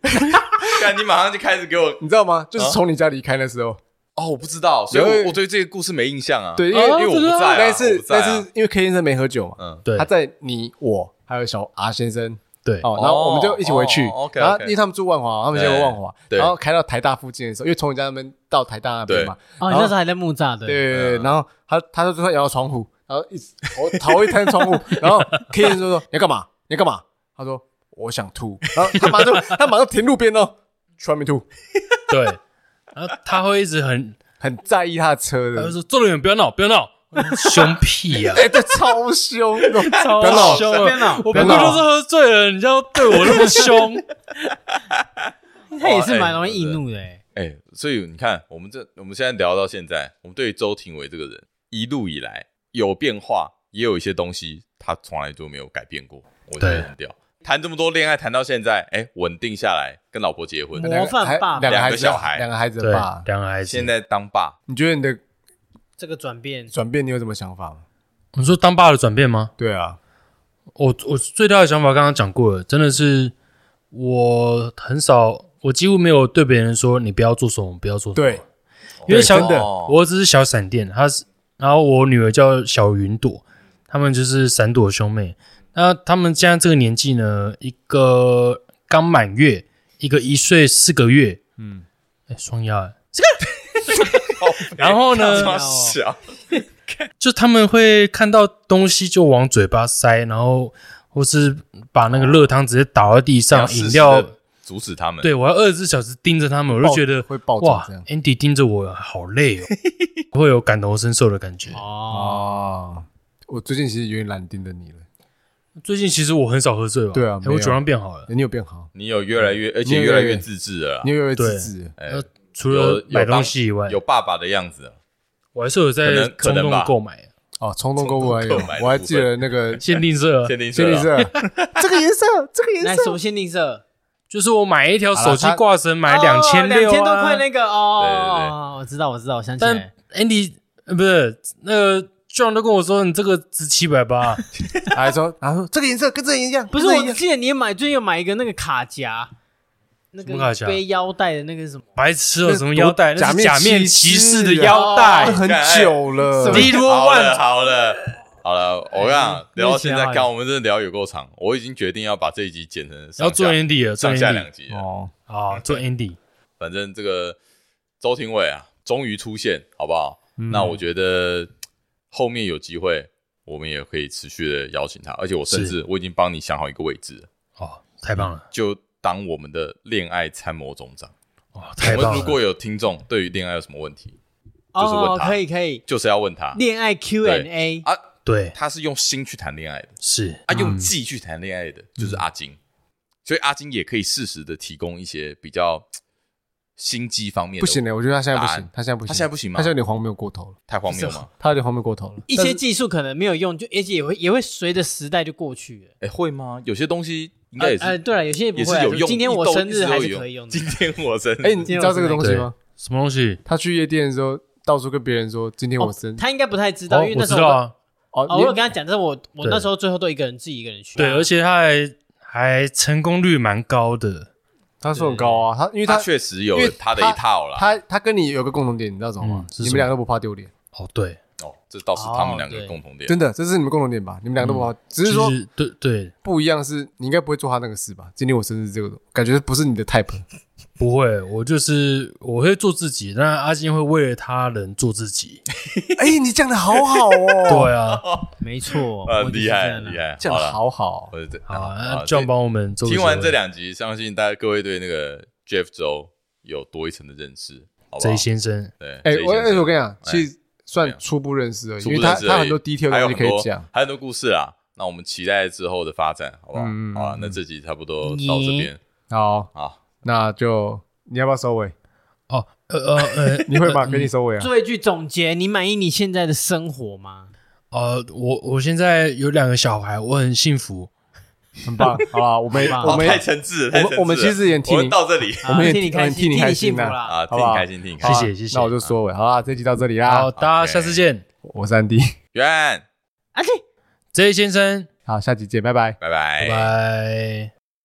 D: 干你马上就开始给我
C: 你知道吗？就是
D: 啊
C: 从你家离开的时候，
D: 哦，我不知道，所以
C: 有
D: 我我对这个故事没印象啊。
C: 对，因
D: 因
C: 为
A: 哦
D: 为我不在、啊，
C: 那一
D: 我
C: 次
D: 不在
C: 那
D: 啊
C: 次因为 K 先生没喝酒嘛，
D: 嗯，
B: 对
C: 他在你我还有小 R 先生
B: 对
C: 哦，然后我们就一起回去
D: 哦。，OK，OK
C: 然后因为他们住万华，他们先回万华，
D: 对
C: 然后开到台大附近的时候，因为从你家那边到台大那边嘛，
A: 哦，你那时候还在木栅的，
C: 对对对，
D: 嗯
C: 然后他他就突然摇到窗户，然后一直头头一摊窗户，然后 K 先生就说你要干嘛？你要干嘛？他说我想吐，然后他马上 就他马上停路边哦，去外面吐，
B: 对，然后他会一直很，
C: 很在意他的车
A: 呃
B: 他会
C: 的，
B: 说坐得远，不要闹，不要闹，凶屁 呀，
C: 哎，这超 凶，那种
B: 超
C: 不要闹
B: 凶
A: 这边
B: 啊
A: 呢！
B: 我
C: 不要闹
B: 本来就是喝醉了，你要对我那么凶，
A: 他也是蛮容易易怒的欸。
D: 哎、所以你看，我们这我们现在聊到现在，我们对于周庭伟这个人一路以来有变化，也有一些东西他从来就没有改变过，我觉得
B: 对
D: 很屌。谈这么多恋爱，谈到现在，哎、稳定下来，跟老婆结婚，
A: 嗯模范爸爸
C: 两个孩子
D: 两个小孩
C: 两个孩子
B: 对
C: 的爸，，
B: 两个孩子
D: 现。在当爸，
C: 你觉得你的
A: 这个转变，
C: 转变你有什么想法吗？
B: 你说当爸的转变吗？
C: 对啊，
B: 我我最大的想法刚刚讲过了，真的是我很少，我几乎没有对别人说你不要做什么，不要做什么。
C: 对，
B: 因为小
C: 真的哦
D: 我
B: 我只是小闪电，她是，然后我女儿叫小云朵，她们就是闪躲兄妹。那她们现在这个年纪呢，一个刚满月，一个一岁四个月，
C: 嗯，
B: 哎，双鸭、欸。 然后 呢，
D: 超小，
B: 就他们会看到东西就往嘴巴塞，然后或是把那个热汤直接倒在地
D: 要
B: 上，
D: 适时地
B: 饮料。
D: 阻止他们，
B: 对我要二十四小时盯着他们，我就觉得
C: 会爆炸
B: 哇
C: 这样
B: ，Andy 盯着我好累 哦，会有感同身受的感觉。
A: 哦，
C: 哦，我最近其实有点懒盯着你了，
B: 最近其实我很少喝醉吧？
C: 对啊
B: 哎
C: 没有
B: 我酒量变好了。
C: 你有变好，
D: 你有越来越，而
C: 你
D: 且
C: 有
D: 越来越
C: 越
D: 自制了啦
C: 你，有越来越
B: 对
C: 自制了，
D: 哎
B: 呃除了买东西以外，
D: 有爸爸的样子啊了。
B: 我还是有
D: 可
B: 在
D: 能可
B: 冲
D: 能
B: 动
D: 吧
B: 购买
C: 哦，冲动购物还有
D: 冲动购买的部，分
C: 我还记得那个
B: 限 定色，啊
D: 限定色
C: 仙女
D: 了，
C: 色，这个颜色，这个
A: 来
C: 颜
A: 什
C: 色
A: 么限定社？
B: 就是我买一条
C: 好啦
B: 手机
C: 他哦
B: 挂绳，买两千
A: 哦两
B: 六
A: 千多
B: 啊
A: 块。那个哦，
D: 对对对
A: 哦我知道，我知道，我想起
B: 但
A: 来，
B: Andy 呃不是那个 John 都跟我说，你这个值七百八，啊
C: 还说，然后这个颜色跟这个一样，
A: 不是，
C: 跟这个一
A: 我
C: 样
A: 记得你也买最近有买一个那个卡夹，那
B: 什么卡
A: 个
B: 夹
A: 背腰带的那个是什么？
B: 白痴
C: 那
B: 哦，
C: 是
B: 什么腰带？
C: 多
B: 那是假面骑
C: 骑士
B: 士的
C: 啊
B: 腰
C: 那
B: 带。
C: 很久了，
A: 什么
B: 你如果哎
D: 好了
B: 万
D: 好了好了，我跟你讲，聊到现
A: 那
D: 在
A: 一，集啊
D: 刚我们真的聊有够长，我已经决定要把这一集剪成
B: 要
D: 上
B: 做
D: 下
B: Andy 了，做
D: 上下两
B: Andy
D: 集了。
C: 哦，
B: 啊，做 Andy。
D: 反正这个周庭伟啊，终于出现，好不好？
C: 嗯
D: 那我觉得后面有机会，我们也可以持续的邀请他，而且我甚
B: 是
D: 至我已经帮你想好一个位置了，
B: 哦，太棒了！
D: 就当我们的恋爱参谋总长。
B: 哦，
D: 我
B: 太
D: 们
B: 棒
D: 如果
B: 了！
D: 有听众对于恋爱有什么问题，就是问
A: 哦，
D: 他
A: 可以可以，
D: 就是要问他。
A: 恋爱 Q&A
D: 啊，
B: 对，
D: 他是用心去谈恋爱的，
B: 是
D: 啊，
C: 嗯
D: 用技去谈恋爱的就是阿金，所以阿金也可以适时的提供一些比较嘖心机方面的。
C: 不行了，我觉得他现在不
D: 答
C: 行
D: 案，
C: 他现在不行，
D: 他现在不行吗
C: 他现在有点荒谬过头了，
D: 太荒谬吗？
C: 他有点荒谬过头了，
A: 一些技术可能没有用，就而且也会也会随着时代就过去了。
D: 哎、会吗？有些东西应该也是、
A: 呃呃对了有些也不
D: 也是
A: 会啊
D: 有
A: 就
D: 用。
A: 今天我
D: 一都
A: 生日
D: 一直都
A: 还是
D: 有
A: 可以用的
D: 今天我生日，
C: 哎、你知道这个东西吗？
B: 什么东西？
C: 他去夜店的时候，到处跟别人说今天我
A: 哦
C: 生，
A: 他应该不太知道，因为
B: 我
A: 那时
B: 知
A: 候
B: 道啊，
C: 哦
A: 哦，我有跟他讲，但是我我
B: 对
A: 那时候最后都一个人自己一个人去。
B: 对，而且他还还成功率蛮高的，
C: 他说很高啊，他因为
D: 他
C: 他
D: 确实有
C: 因为
D: 他的
C: 他
D: 一套啦。
C: 他他跟你有个共同点，你知道什么吗
B: 嗯？是
C: 你
B: 什
C: 们
B: 么
C: 两个都不怕丢脸，
B: 哦，对，
D: 哦，这倒是他们两
A: 哦
D: 个
A: 对
D: 共同点。
C: 真的，这是你们共同点吧？你们两个都不怕，只是说
B: 嗯就是对对，
C: 不一样是，你应该不会做他那个事吧？今天我生日这个感觉不是 你的 type，
B: 不会，我就是我会做自己，但阿金会为了他人做自己，
C: 哎，你讲的好好哦，
B: 对，啊，
A: 没错，
D: 呃，
A: 我就是
D: 厉
A: 这
D: 害
A: 样啊
D: 厉害，
C: 讲
D: 好
C: 的
D: 了，
C: 好好
D: 我，是这
B: 好啊，那
D: 好
B: 这样
D: 这
B: 帮我们做个
D: 听完
B: 结
D: 这
B: 尾
D: 两集，相信大家各位对那个 Jeff 周有多一层的认识，好不好
B: ，J？先生，
D: 对，
C: 哎
D: 这一，
C: 我
D: 先生
C: 哎，我跟你讲，
D: 哎
C: 其实
D: 没有
C: 算初步认识而已，
D: 初
C: 因
D: 步
C: 为他
D: 认识而已
C: 他很多 detail
D: 还
C: 的
D: 有
C: 东西
D: 很
C: 可以
D: 多
C: 讲，
D: 还有很多故事啊。那我们期待之后的发展，好不好？
C: 嗯
D: 好了，啊那这集差不多到这边
C: 好，
D: 好，
C: 那就你要不要收尾？
B: 哦，呃呃呃
C: 你会吗？给你收尾啊。
A: 做一句总结，你满意你现在的生活吗？
B: 呃，我我现在有两个小孩，我很幸福。
C: 很 棒，好吧，我们
A: 棒
C: 我
D: 好
C: 们
D: 太诚挚了，太
C: 我
D: 诚挚
C: 们
D: 了
C: 我们其实也替
D: 我
C: 你
D: 们，到这里
C: 我们也
A: 啊替你
C: 我们
A: 开心，
C: 替你
A: 替
C: 开
A: 你
C: 心
A: 幸福
C: 啊
A: 啦！
C: 好
D: 啊，挺
C: 不好
D: 开心，挺开
C: 好啊，
D: 心
B: 谢谢谢谢
C: 那我就收尾，好啦，这集到这里
B: 好，
C: 啦，
B: 大家下次见，
C: 我三弟，
D: 远，
A: 啊，对。
B: 这位先生，
C: 好，下集见，拜拜。
D: 拜拜
B: 拜拜。